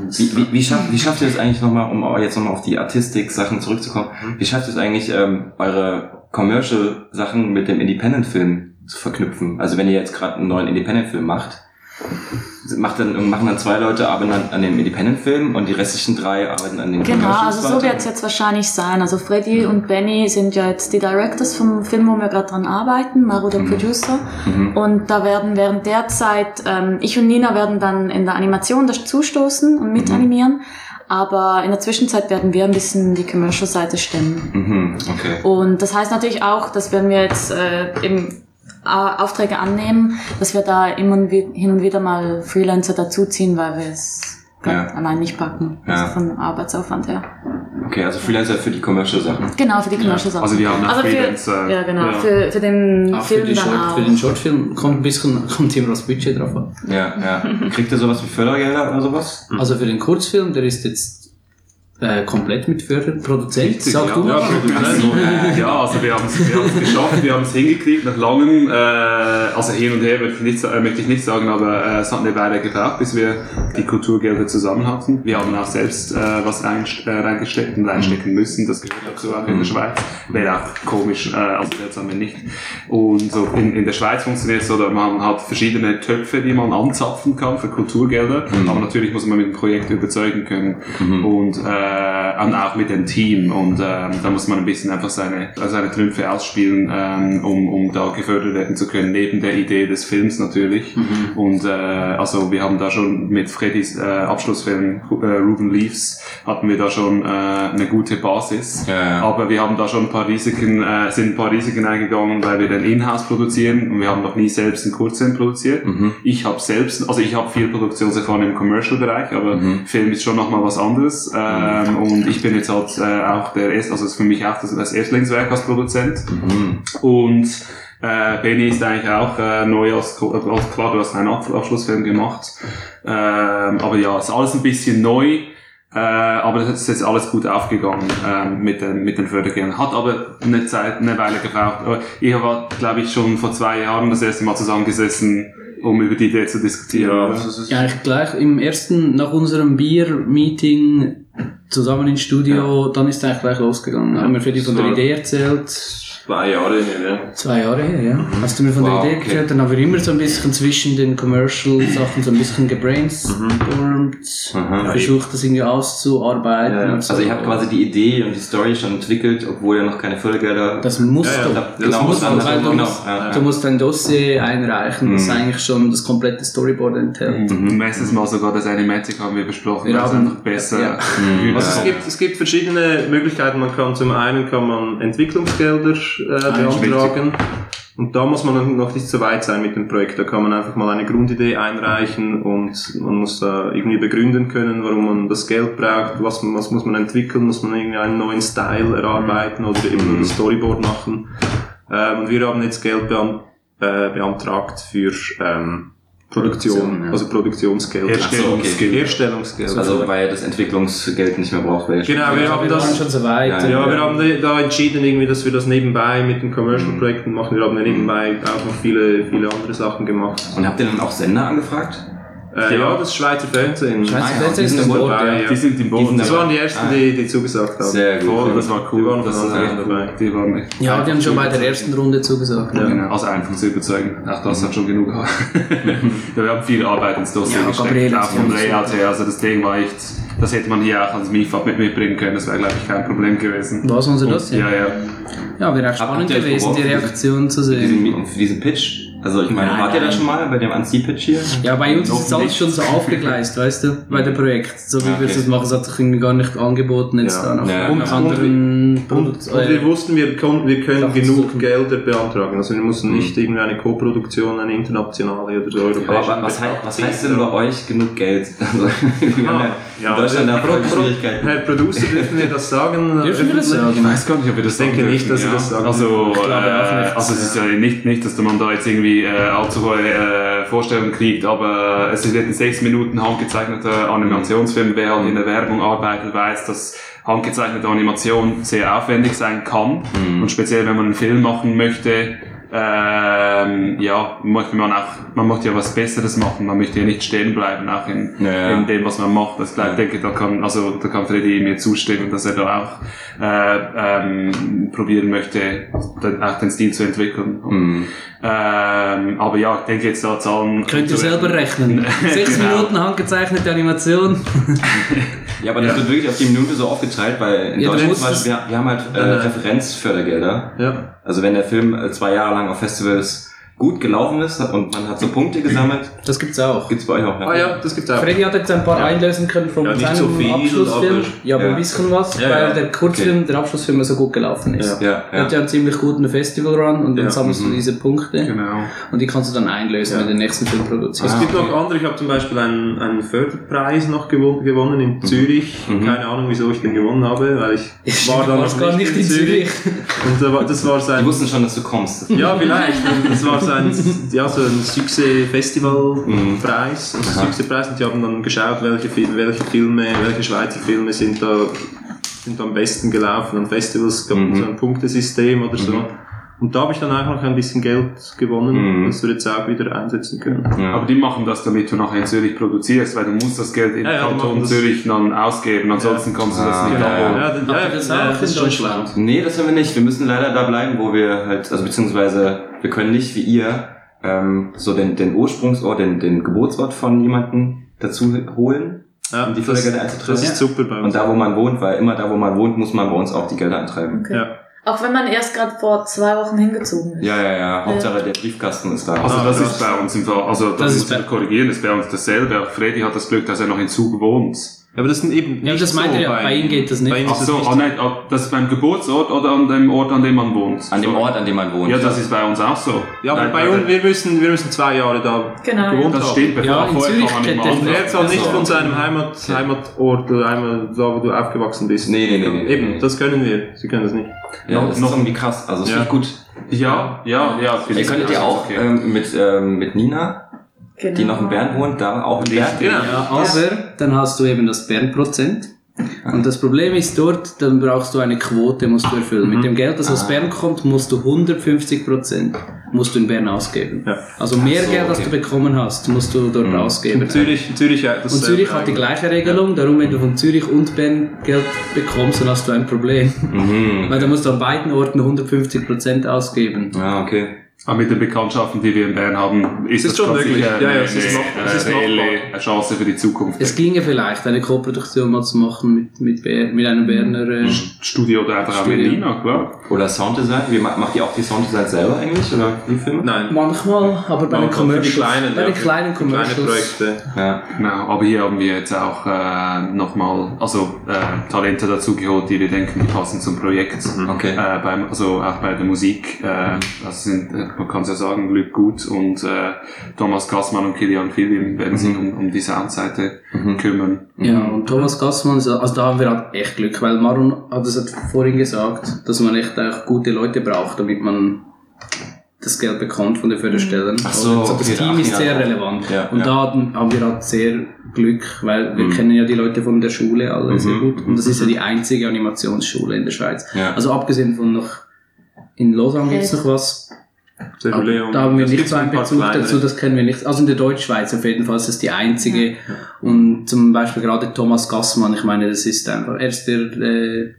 S4: Uns.
S1: Wie, wie, wie, schafft, wie schafft ihr es eigentlich nochmal, um auch jetzt nochmal auf die Artistik-Sachen zurückzukommen, wie schafft ihr es eigentlich, ähm, eure Commercial-Sachen mit dem Independent-Film zu verknüpfen? Also wenn ihr jetzt gerade einen neuen Independent-Film macht, macht dann, machen dann zwei Leute arbeiten an, an dem Independent-Film und die restlichen drei arbeiten an den
S3: Genau,
S1: Commercials
S3: also so
S1: weiter?
S3: wird es jetzt wahrscheinlich sein. Also Freddy und Benny sind ja jetzt die Directors vom Film, wo wir gerade dran arbeiten, Maru der Producer.
S1: Mhm.
S3: Und da werden während der Zeit, ähm, ich und Nina werden dann in der Animation dazustoßen und mitanimieren. Aber in der Zwischenzeit werden wir ein bisschen die Commercial-Seite stemmen.
S1: Mhm, okay.
S3: Und das heißt natürlich auch, dass wenn wir jetzt äh, eben äh, Aufträge annehmen, dass wir da immer und wi- hin und wieder mal Freelancer dazuziehen, weil wir es
S1: Ja.
S3: allein nicht packen.
S1: Ja.
S3: Also vom Arbeitsaufwand her.
S1: Okay, also Freelancer für die Commercial-Sachen.
S3: Genau, für die Commercial Sachen.
S2: Also wir haben auch
S3: Also für-
S2: Freelancer.
S3: ja, genau.
S2: Ja.
S3: Für, für den
S4: Auch für,
S3: Film
S4: die
S3: dann
S4: Short,
S3: auch.
S4: für den Shortfilm kommt ein bisschen, kommt immer das Budget drauf an.
S1: Ja, ja. Kriegt ihr sowas wie Fördergelder oder sowas?
S4: Also für den Kurzfilm, der ist jetzt äh, komplett mit Förder. Produzent,
S2: Richtig,
S4: sag
S2: ja.
S4: du.
S5: Ja,
S4: mal.
S5: gut,
S2: Ja,
S5: ne?
S2: so, äh, ja, also wir haben es wir haben's geschafft, wir haben es hingekriegt nach langem, äh, also hin und her möchte ich nicht, sa- äh, möchte ich nicht sagen, aber äh, es hat eine Weile gebraucht, bis wir die Kulturgelder zusammen hatten. Wir haben auch selbst äh, was reinst- äh, reingesteckt und reinstecken müssen, das gehört dazu auch in der Schweiz. Wäre auch komisch, äh, also selbst haben wir nicht. Und so in, in der Schweiz funktioniert es so, dass man hat verschiedene Töpfe, die man anzapfen kann für Kulturgelder,
S1: Mhm.
S2: aber natürlich muss man mit dem Projekt überzeugen können
S1: Mhm.
S2: und, äh, und auch mit dem Team. Und ähm, da muss man ein bisschen einfach seine, seine Trümpfe ausspielen, ähm, um, um da gefördert werden zu können, neben der Idee des Films natürlich.
S1: Mhm.
S2: Und äh, also wir haben da schon mit Freddys äh, Abschlussfilm äh, Ruben Leaves hatten wir da schon äh, eine gute Basis.
S1: Ja, ja.
S2: Aber wir haben da schon ein paar Risiken, äh, sind ein paar Risiken eingegangen, weil wir den Inhouse produzieren und wir haben noch nie selbst einen Kurzfilm produziert.
S1: Mhm.
S2: Ich habe selbst, also ich habe viel Produktionserfahrung im Commercial-Bereich, aber
S1: Mhm.
S2: Film ist schon nochmal was anderes. Ähm, und ich bin jetzt halt äh, auch der erste, also es ist für mich auch das, das Erstlingswerk als Produzent.
S1: Mhm.
S2: Und äh, Benny ist eigentlich auch äh, neu als, Ko- äh, als klar, du hast einen Ab- Abschlussfilm gemacht. Ähm, aber ja, ist alles ein bisschen neu. Äh, aber das ist jetzt alles gut aufgegangen ähm, mit, den, mit den Fördergeldern. Hat aber eine Zeit, eine Weile gebraucht. Aber ich war, glaube ich, schon vor zwei Jahren das erste Mal zusammengesessen, um über die Idee zu diskutieren.
S5: Ja,
S2: oder?
S5: also es ist-
S4: Ja, eigentlich gleich im ersten, nach unserem Bier-Meeting zusammen ins Studio, dann ist es eigentlich gleich losgegangen. Haben wir für die von der
S5: So.
S4: Idee erzählt,
S5: Zwei Jahre her, ja.
S4: Zwei Jahre her, ja.
S1: Mhm.
S4: Hast du mir von
S2: Wow,
S4: der Idee
S2: okay.
S4: gehört? Dann haben wir immer so ein bisschen zwischen den Commercial-Sachen so ein bisschen gebrainstormt,
S1: Mhm.
S4: versucht, das irgendwie auszuarbeiten.
S1: Ja,
S4: und so.
S1: also ihr habt quasi die Idee und die Story schon entwickelt, obwohl ihr noch keine Fördergelder...
S4: Das musst
S5: Ja, ja,
S4: du.
S5: das
S1: genau,
S4: musst du,
S1: dann-
S4: weil du
S1: genau,
S4: musst-
S1: ja,
S4: Du musst dein Dossier einreichen, das
S1: Mhm.
S4: eigentlich schon das komplette Storyboard enthält.
S2: Und letztes Mal sogar das Animatic haben wir besprochen,
S4: Wir
S2: weil es
S4: haben-
S2: einfach besser
S4: ja.
S2: rüberkommt.
S5: Also es gibt, es gibt verschiedene Möglichkeiten. Man kann zum einen kann man Entwicklungsgelder
S1: Ah,
S5: äh, beantragen. Und da muss man dann noch nicht so weit sein mit dem Projekt. Da kann man einfach mal eine Grundidee einreichen und man muss da irgendwie begründen können, warum man das Geld braucht, was, was muss man entwickeln, muss man irgendwie einen neuen Style erarbeiten oder eben
S1: Mhm.
S5: ein Storyboard machen. Ähm, und wir haben jetzt Geld bean äh, beantragt für ähm, Produktion,
S1: Produktion, ja.
S5: also Produktionsgeld.
S1: Herstellungsgeld.
S5: Herstellungsgeld.
S1: Also weil ihr das Entwicklungsgeld nicht mehr braucht, weil ihr schon-
S5: genau, wir haben
S4: Wir
S5: das
S4: waren schon so weit.
S1: Ja,
S5: ja, wir haben da entschieden, irgendwie, dass wir das nebenbei mit den Commercial-Projekten machen. Wir haben ja nebenbei auch noch viele, viele andere Sachen gemacht.
S1: Und habt ihr dann auch Sender angefangst?
S5: Äh, ja, das Schweizer Fernsehen.
S4: Schweizer
S1: Ah ja,
S4: Fernsehen ist
S1: die sind
S4: ein Wort,
S5: dabei,
S4: ja.
S5: ja.
S2: Die sind im Boden.
S5: Das waren die ersten,
S1: Ah.
S5: die, die zugesagt haben.
S1: Sehr gut.
S5: Voll,
S2: Das war cool.
S5: Die waren von
S2: das
S5: Anfang
S2: echt
S5: an
S2: cool.
S5: dabei.
S2: Die waren echt
S4: Ja, die haben schon bei der ersten Runde zugesagt.
S2: Ja. Genau, also einfach zu überzeugen. Auch das hat schon genug gehabt. ja, wir haben viel Arbeit ins Dossier
S4: Ja,
S2: gesteckt,
S4: Gabriele
S2: auch
S4: hat
S2: vom
S4: ja gesagt.
S2: Layout her. Also das Ding war echt, das hätte man hier auch als MIFAB mit mitbringen können. Das wäre, glaube ich, kein Problem gewesen.
S4: Was unser
S2: Und-
S4: Dossier?
S2: Ja, ja.
S4: Ja, wäre auch
S1: Habt
S4: spannend
S1: ihr euch
S4: gewesen, die
S1: beworben?
S4: Reaktion zu
S1: Für diesen,
S4: sehen.
S1: Mi- für diesen Pitch? Also ich meine,
S4: Nein,
S1: wart ihr das
S4: nein.
S1: schon mal bei dem Anzieh-Pitch hier?
S4: Ja, bei uns
S2: Noch
S4: ist alles
S2: nicht.
S4: schon so aufgegleist, weißt du, bei dem Projekt. So wie
S1: Ja,
S4: wir
S1: okay.
S4: das machen, es hat sich irgendwie gar nicht angeboten, jetzt
S5: Ja.
S4: da nach
S1: Ja,
S4: und,
S1: ja.
S4: anderen
S5: Und,
S4: Produkt-
S5: und wir wussten, wir, konnten, wir können
S4: Sachen
S5: genug
S4: suchen.
S5: Gelder beantragen. Also wir mussten nicht irgendwie eine Co-Produktion, eine internationale oder so europäische.
S1: Aber was, hei- was heißt denn bei euch genug Geld? Also, wir haben ja, in Deutschland da voll
S5: Pro-
S1: die
S5: Pro-
S1: Schwierigkeiten.
S5: Herr Producer, dürfen wir das sagen?
S4: Dürfen wir
S5: Öffentlich?
S4: das sagen?
S2: Ich weiß gar nicht, ob wir das
S5: Ich denke
S2: sagen
S5: nicht, dass
S2: dürfen,
S5: sie das sagen.
S2: Also,
S4: Ich glaube
S2: äh,
S4: auch nicht.
S2: also es ist ja nicht, nicht, dass der Mann da jetzt irgendwie äh, allzu hohe äh, Vorstellungen kriegt, aber äh, es wird ein sechs Minuten handgezeichneter Animationsfilm. Wer halt in der Werbung arbeitet, weiß, dass handgezeichnete Animation sehr aufwendig sein kann.
S5: Mhm.
S2: Und speziell, wenn man einen Film machen möchte, ähm, ja, möchte man auch, man möchte ja was Besseres machen, man möchte ja nicht stehen bleiben, auch in,
S1: Ja, ja.
S2: in dem, was man macht. Das, ich denke, da kann, also, da kann Freddy mir zustimmen, dass er da auch äh, ähm, probieren möchte, dann auch den Stil zu entwickeln.
S1: Mhm.
S2: Ähm, aber ja, ich denke jetzt da Zahlen.
S4: Könnt ihr selber rechnen. Sechs
S2: Genau.
S4: Minuten handgezeichnete Animation.
S1: Ja, aber das wird wirklich auf die Minute so aufgeteilt, weil in
S4: Ja, du
S1: Deutschland
S4: musst
S1: zum Beispiel, wir, wir haben halt äh, Referenzfördergelder.
S5: Ja.
S1: Also wenn der Film äh, zwei Jahre lang auf Festivals gut gelaufen ist und man hat so Punkte gesammelt,
S4: Das gibt's auch.
S1: gibt's bei euch auch. ne?
S5: Ah ja, das gibt's auch.
S4: Freddy hat jetzt ein paar einlösen können von
S5: Ja, nicht
S4: seinem
S5: so viel,
S4: Abschlussfilm.
S5: aber-
S4: ja, aber
S1: Ja.
S4: ein bisschen was,
S5: Ja,
S4: weil
S5: ja.
S4: der Kurzfilm, der Abschlussfilm so gut gelaufen ist.
S1: Ja,
S4: Er
S1: ja.
S4: Hat ja einen ziemlich guten Festivalrun und
S5: Ja,
S4: dann
S5: Mhm.
S4: sammelst du diese Punkte
S2: Genau.
S4: und die kannst du dann einlösen,
S5: Ja. Ah.
S4: wenn du den nächsten Film produzierst.
S5: Es gibt noch andere, ich habe zum Beispiel einen, einen Förderpreis noch gewo- gewonnen in Zürich. Keine Ahnung, wieso ich den gewonnen habe, weil ich war da noch
S4: gar
S5: nicht in Zürich. Und da war, das war
S1: Die
S5: sein.
S1: wussten schon, dass du kommst.
S5: Ja, vielleicht. Das war sein, ja, so ein Success-Festival-Preis. Also Success-Preis. Und die haben dann geschaut, welche, Fil- welche Filme, welche Schweizer Filme sind da, sind am besten gelaufen an Festivals. gab so ein Punktesystem oder so. Und da habe ich dann auch noch ein bisschen Geld gewonnen,
S1: Mhm.
S5: das wir jetzt auch wieder einsetzen können.
S2: Aber die machen das, damit du nachher in Zürich produzierst, weil du musst das Geld in
S5: Ja, ja, die machen
S2: Kanton
S5: das.
S2: Zürich dann ausgeben, ansonsten kannst du das
S1: Ah,
S2: nicht
S1: ja,
S2: abholen.
S5: Ja, dann,
S4: Habt
S5: ja,
S4: ihr das
S5: ja,
S4: auch
S5: das
S4: in
S5: ist schon schlau.
S4: Deutschland?
S1: Nee, das sind wir nicht. Wir müssen leider da bleiben, wo wir halt, also beziehungsweise wir können nicht wie ihr ähm, so den, den Ursprungsort, den, den Geburtsort von jemandem dazu holen,
S5: Ja,
S1: um die
S5: das,
S1: Fördergelder
S5: das
S1: einzutreiben.
S5: ist super bei
S1: Und
S5: uns.
S1: da, wo man wohnt, weil immer da, wo man wohnt, muss man bei uns auch die Gelder antreiben.
S3: Okay.
S5: Ja.
S3: Auch wenn man erst gerade vor zwei Wochen hingezogen ist.
S1: Ja, ja, ja. Hauptsache der Briefkasten ist da.
S2: Also
S5: Ah,
S2: das
S5: krass.
S2: ist bei uns im Fall, also das,
S4: Das
S2: muss
S4: ist
S2: ich
S4: bei-
S2: korrigieren, das ist bei uns dasselbe. Auch Freddy hat das Glück, dass er noch in Zug wohnt.
S5: Ja, aber das sind eben.
S4: Ja,
S5: nicht
S4: das meint
S5: so
S4: er ja, bei ihm geht das nicht.
S5: Bei ihm
S2: Ach
S5: ist das
S2: so,
S5: nicht
S2: ah, nein, ah, das ist beim Geburtsort oder an dem Ort, an dem man wohnt?
S1: an dem Ort, an dem man wohnt.
S2: Ja, das ist bei uns auch so.
S5: Ja, aber
S2: Nein,
S5: bei
S2: nein,
S5: uns, wir müssen, wir müssen zwei Jahre da
S3: Genau, ja.
S5: gewohnt
S2: Das
S5: haben.
S2: stimmt, bevor
S4: Ja, in
S2: vorher
S4: Zürich
S2: kann man nicht
S4: hätte-
S2: mal anfangen.
S5: Und er zahlt nicht
S1: so.
S5: von seinem Heimat, Heimatort oder Heimat, da wo du aufgewachsen bist.
S1: Nee, nee, nee, nee,
S5: Eben,
S1: nee.
S5: das können wir. Sie können das nicht.
S1: ja, das
S2: noch-
S1: ist irgendwie krass. Also, das
S5: Ja.
S1: ist gut.
S2: Ja, ja, ja. finde
S1: Ihr
S2: ich
S1: könntet ja auch
S5: äh,
S2: okay.
S1: ähm, mit, ähm, mit Nina,
S3: genau.
S1: die noch in Bern wohnt, da auch in Bern.
S5: Genau.
S4: Ja, aber dann hast du eben das Bernprozent.
S5: Ah.
S4: Und das Problem ist dort, dann brauchst du eine Quote, musst du erfüllen.
S5: Mhm.
S4: Mit dem Geld, das
S5: Ah.
S4: aus Bern kommt, musst du 150 Prozent musst du in Bern ausgeben.
S5: Ja.
S4: Also mehr Geld, das du bekommen hast, musst du dort ausgeben.
S5: In Mhm. Zürich, Zürich, ja, das
S4: Und Zürich hat die gleiche Regelung, darum wenn du von Zürich und Bern Geld bekommst, dann hast du ein Problem.
S1: Mhm.
S4: Weil dann musst du an beiden Orten 150% ausgeben.
S1: Ja, okay.
S2: Aber Ah, mit den Bekanntschaften, die wir in Bern haben, ist
S5: Es ist
S2: das
S5: schon
S2: ganz
S5: möglich.
S2: sicher
S5: Ja, ja,
S2: eine,
S5: es ist noch-
S2: eine,
S5: es ist noch
S2: reelle Chance für die Zukunft.
S4: Es ginge vielleicht, eine Koproduktion mal zu machen mit, mit, Bär, mit einem Berner. Äh,
S5: Mhm.
S2: Studio oder einfach auch mit
S4: Studio.
S2: Nina, klar.
S1: Oder Sounddesign? Wie, ma- macht ihr auch die Sounddesign selber eigentlich? Oder die Filme?
S5: Nein.
S4: manchmal, aber bei den
S5: Manchmal für die
S4: Commercials.
S5: kleinen,
S4: bei
S5: ja,
S4: den
S5: für
S4: kleinen
S5: kleine
S4: Commercials.
S5: Projekte.
S1: Ja.
S2: Genau, aber hier haben wir jetzt auch äh, nochmal also, äh, Talente dazugeholt, die wir denken, die passen zum Projekt.
S1: Okay.
S2: Äh, beim, also auch bei der Musik,
S5: Mhm.
S2: äh, das sind, äh, man kann es ja sagen, Glück gut und äh, Thomas Gassmann und Kilian Philipp werden sich
S5: Mhm.
S2: um, um die Soundseite
S1: Mhm.
S2: kümmern.
S4: Ja, und Thomas Gassmann, ist- also da haben wir halt echt Glück, weil Maron hat es halt vorhin gesagt, dass man echt auch gute Leute braucht, damit man das Geld bekommt von den Förderstellen.
S1: Ach so,
S4: Also das
S1: okay,
S4: Team
S1: ach,
S4: ist
S1: ja.
S4: sehr relevant.
S1: Ja,
S4: und
S1: ja. Mhm.
S4: da hatten- haben wir halt sehr Glück, weil wir kennen ja die Leute von der Schule alle sehr gut. Und das ist ja die einzige Animationsschule in der Schweiz.
S1: Ja.
S4: Also abgesehen von noch in Lausanne gibt es noch was,
S5: Das Jubiläum.
S4: da haben wir
S5: Es
S4: nicht
S5: gibt
S4: so einen
S5: paar
S4: Bezug
S5: kleinere.
S4: dazu, das kennen wir nicht. Also in der Deutschschweiz auf jeden Fall ist das die einzige. Und zum Beispiel gerade Thomas Gassmann, ich meine, das ist einfach, er ist der äh,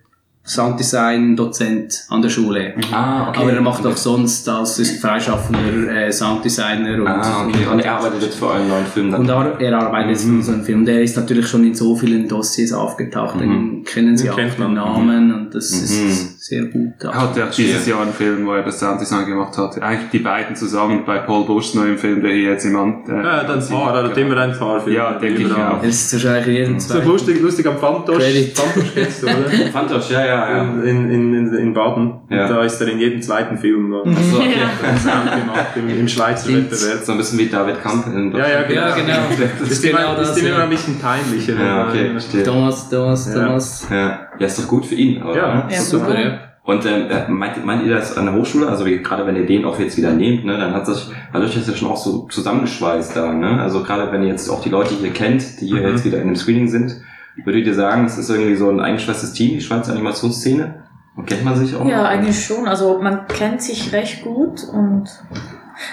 S4: Sounddesign-Dozent an der Schule.
S1: Ah, okay.
S4: Aber er macht auch sonst als ist freischaffender äh, Sounddesigner und,
S1: Ah, okay. Und er arbeitet jetzt für einen neuen Film dann.
S4: und auch, er arbeitet jetzt in so einem Film. Der ist natürlich schon in so vielen Dossiers aufgetaucht, den kennen sie auch
S5: kennt
S4: den
S5: man.
S4: Namen und das ist sehr gut.
S2: Er hat ja dieses Jahr einen Film, wo er das Sounddesign gemacht hat. Eigentlich die beiden zusammen bei Paul Busch noch im Film, der hier jetzt im An äh,
S5: Ja, dann Fahr, er hat immer ein Fahrfilm.
S2: Ja, denke ich
S5: Überall.
S2: auch.
S4: Er ist wahrscheinlich in jedem
S5: So
S4: zweiten
S5: lustig, lustig am Fantosch.
S4: Credit.
S5: Fantosch kennst du, oder?
S1: Fantosch, ja, ja, ja.
S5: In, in, in, in Baden.
S1: Ja.
S5: Da ist er in jedem zweiten Film noch
S4: Mhm.
S5: Also,
S1: So, okay.
S5: Sound gemacht, im, im Schweizer Wettbewerb.
S1: So ein bisschen wie David Kamp in
S5: Ja, ja, genau.
S4: Ja, genau. Das
S5: Ist dem
S4: genau
S5: ist
S4: das,
S5: dem immer
S4: ja.
S5: ein bisschen peinlicher.
S1: Ja, okay, verstehe.
S4: Thomas, Thomas, Thomas.
S1: Ja. ja, ist doch gut für ihn. Aber,
S5: Ja. Mhm.
S1: ne?
S4: Super, ja.
S1: Und ähm, äh, meint, meint ihr das an der Hochschule? Also wie, gerade wenn ihr den auch jetzt wieder nehmt, ne, dann hat sich dadurch ist ja schon auch so zusammengeschweißt da. Ne? Also gerade wenn ihr jetzt auch die Leute hier kennt, die hier
S5: Mhm.
S1: jetzt wieder in dem Screening sind, würdet ihr sagen, es ist irgendwie so ein eingeschweißtes Team, die Schweizer Animationsszene? Und kennt man sich auch?
S3: Ja, eigentlich schon. Also man kennt sich recht gut und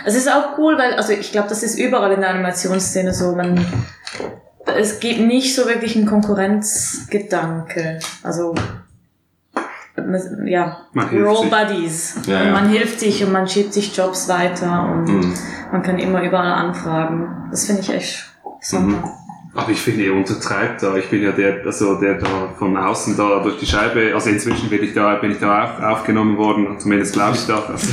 S3: es ist auch cool, weil, also ich glaube, das ist überall in der Animationsszene so. Man, es gibt nicht so wirklich einen Konkurrenzgedanke. Also man- ja,
S2: Man
S3: we're
S2: hilft
S3: all
S2: sich.
S3: buddies.
S1: Ja,
S3: und
S1: ja.
S3: man hilft sich und man schiebt sich Jobs weiter und
S1: Mhm.
S3: man kann immer überall anfragen. Das finde ich echt super.
S1: Mhm.
S2: Aber ich finde, ihr untertreibt da. Ich bin ja der, also der da von außen da durch die Scheibe. Also inzwischen bin ich da, bin ich da auf, aufgenommen worden. Zumindest glaube ich Also das.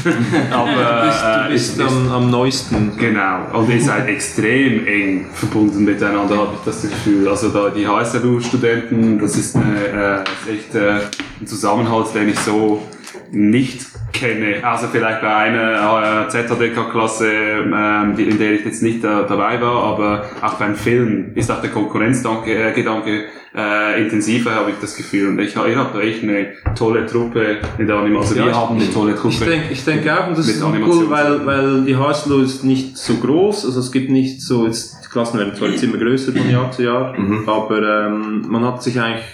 S2: Aber
S5: Du
S2: äh, ich,
S5: bist am, am neuesten.
S2: genau. Und ihr seid extrem eng verbunden miteinander, habe ich das Gefühl. Also da die HSLU-Studenten, das ist, eine, äh, ist echt äh, ein Zusammenhalt, den ich so nicht kenne. Also vielleicht bei einer äh, ZHDK-Klasse, ähm, die- in der ich jetzt nicht da, dabei war, aber auch beim Film ist auch der Konkurrenzgedanke äh, Gedanke, äh, intensiver, habe ich das Gefühl. Und ich, ihr habt da echt eine tolle Truppe in der Animation. Also
S5: Ja,
S2: wir haben eine tolle Truppe.
S5: Ich denke ich denk auch, und das
S2: Mit
S5: ist
S2: Animation.
S5: cool, weil, weil die Haslo ist nicht so groß, also es gibt nicht so, jetzt, die Klassen werden zwar jetzt immer größer von Jahr zu Jahr,
S1: Mhm.
S5: aber ähm, man hat sich eigentlich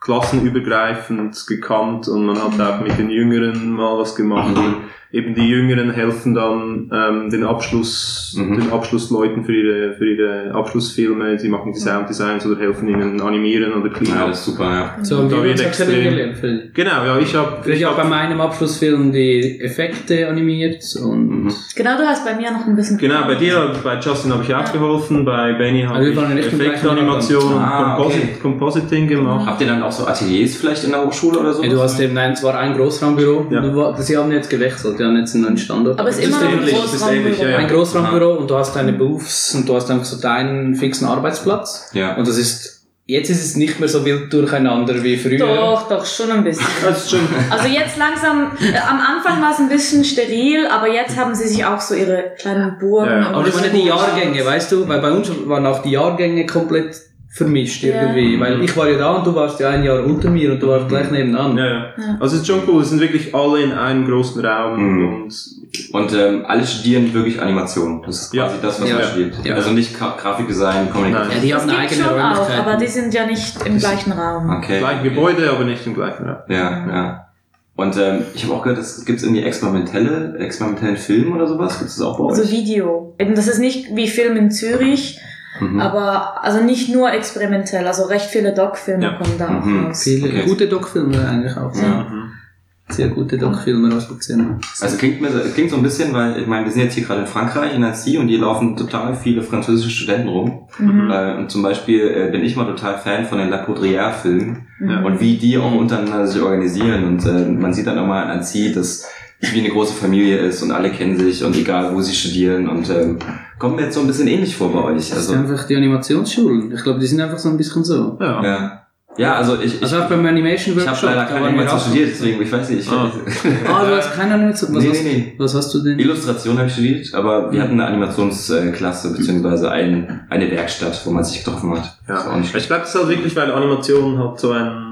S5: klassenübergreifend gekannt und man hat auch mit den Jüngeren mal was gemacht. Und Eben die Jüngeren helfen dann ähm, den Abschluss,
S1: Mhm.
S5: den Abschlussleuten für ihre, für ihre Abschlussfilme, sie machen die Sounddesigns oder helfen ihnen animieren oder
S1: Ja,
S5: clean
S1: das ist super, ja.
S4: So haben
S5: Da
S4: wir
S5: wird
S4: uns auch
S5: extrem-
S4: kennengelernt. Phil.
S5: Genau, ja, ich habe
S4: Ich habe bei meinem Abschlussfilm die Effekte animiert und
S3: Genau, du hast bei mir noch ein bisschen.
S5: Genau, bei dir, bei Justin habe ich auch geholfen, bei Benny
S4: Aber
S5: habe
S4: wir
S5: ich
S4: waren ja nicht im gleichen
S5: Effektanimation und
S1: Laden. Ah,
S5: Composi-
S1: okay.
S5: Compositing gemacht.
S1: Habt ihr dann auch so Ateliers vielleicht in der Hochschule oder so?
S4: Hey, du hast eben, nein, es war ein Großraumbüro.
S5: Ja.
S4: Du war- Sie haben jetzt gewechselt, die haben jetzt einen neuen Standort.
S3: Aber es ist
S4: Das
S3: immer noch ein
S5: ähnlich, das ist ähnlich, ja,
S3: Großraumbüro.
S5: ja.
S4: ein Großraumbüro und du hast deine Berufs- und du hast einfach so deinen fixen Arbeitsplatz.
S1: Ja.
S4: Und das ist, jetzt ist es nicht mehr so wild durcheinander wie früher.
S3: Doch, doch, schon ein bisschen.
S5: Das ist schon,
S3: Also jetzt langsam, äh, am Anfang war es ein bisschen steril, aber jetzt haben sie sich auch so ihre kleinen Burgen.
S5: Ja, ja.
S3: und
S4: Aber ich meine die
S3: Burgen.
S4: Jahrgänge, weißt du, weil bei uns waren auch die Jahrgänge komplett vermischt
S3: Ja.
S4: irgendwie. Weil ich war ja da und du warst ja ein Jahr unter mir und du warst gleich nebenan.
S5: Ja, ja.
S3: Ja.
S5: Also es ist schon cool, es sind wirklich alle in einem großen Raum
S1: Mhm.
S5: und
S1: Und ähm, alle studieren wirklich Animation. Das ist
S5: Ja.
S1: quasi das, was
S5: Ja.
S1: man studiert.
S4: Ja.
S1: Also nicht Gra Grafikdesign, Kommunikation.
S4: Ja, die haben eine
S3: Das gibt
S4: eigene
S3: schon auch,
S4: Räumlichkeit.
S3: aber die sind ja nicht im gleichen Raum.
S1: Okay.
S5: gleiche Gebäude, aber nicht im gleichen Raum.
S1: Ja,
S3: Mhm.
S1: ja. Und ähm, ich habe auch gehört, es gibt irgendwie experimentelle, experimentellen Film oder sowas. Gibt es auch bei euch?
S3: Also Video. Eben, das ist nicht wie Film in Zürich,
S1: mhm.
S3: aber also nicht nur experimentell. Also recht viele Doc-Filme
S5: Ja.
S3: kommen da auch
S1: Mhm.
S3: raus.
S4: Viele
S1: Okay.
S4: gute Doc-Filme eigentlich auch.
S1: Ja.
S4: Sehr gute Doc-Filme aus der Szene.
S1: Also klingt mir so- klingt so ein bisschen, weil ich meine, wir sind jetzt hier gerade in Frankreich, in Nancy, und hier laufen total viele französische Studenten rum.
S3: Mhm.
S1: Äh, und zum Beispiel äh, bin ich mal total Fan von den La Poudrière-Filmen
S3: Mhm.
S1: und wie die auch untereinander sich organisieren. Und äh, man sieht dann auch mal in Nancy, dass es wie eine große Familie ist und alle kennen sich und egal wo sie studieren und ähm, kommt mir jetzt so ein bisschen ähnlich vor bei euch.
S4: Das
S1: Also,
S4: sind einfach die Animationsschulen. Ich glaube, die sind einfach so ein bisschen so.
S5: Ja.
S1: ja. ja, also ich, ich,
S4: Also auch beim Animation
S1: ich habe
S4: Workshop.
S1: leider
S4: da
S1: keine
S4: waren wir
S1: Animation
S4: auch-
S1: studiert, deswegen, ich weiß nicht. Ich,
S5: Ah.
S4: Ah, du hast keine Animation. Was,
S1: Äh, Nee,
S4: hast,
S1: nee, nee.
S4: was hast du denn?
S1: Illustration habe ich studiert, aber
S4: Hm.
S1: wir hatten eine Animationsklasse beziehungsweise ein, eine Werkstatt, wo man sich getroffen hat.
S5: Ja.
S1: Ist auch nicht schlecht.
S5: Ich glaube, das ist halt wirklich, weil Animation halt so ein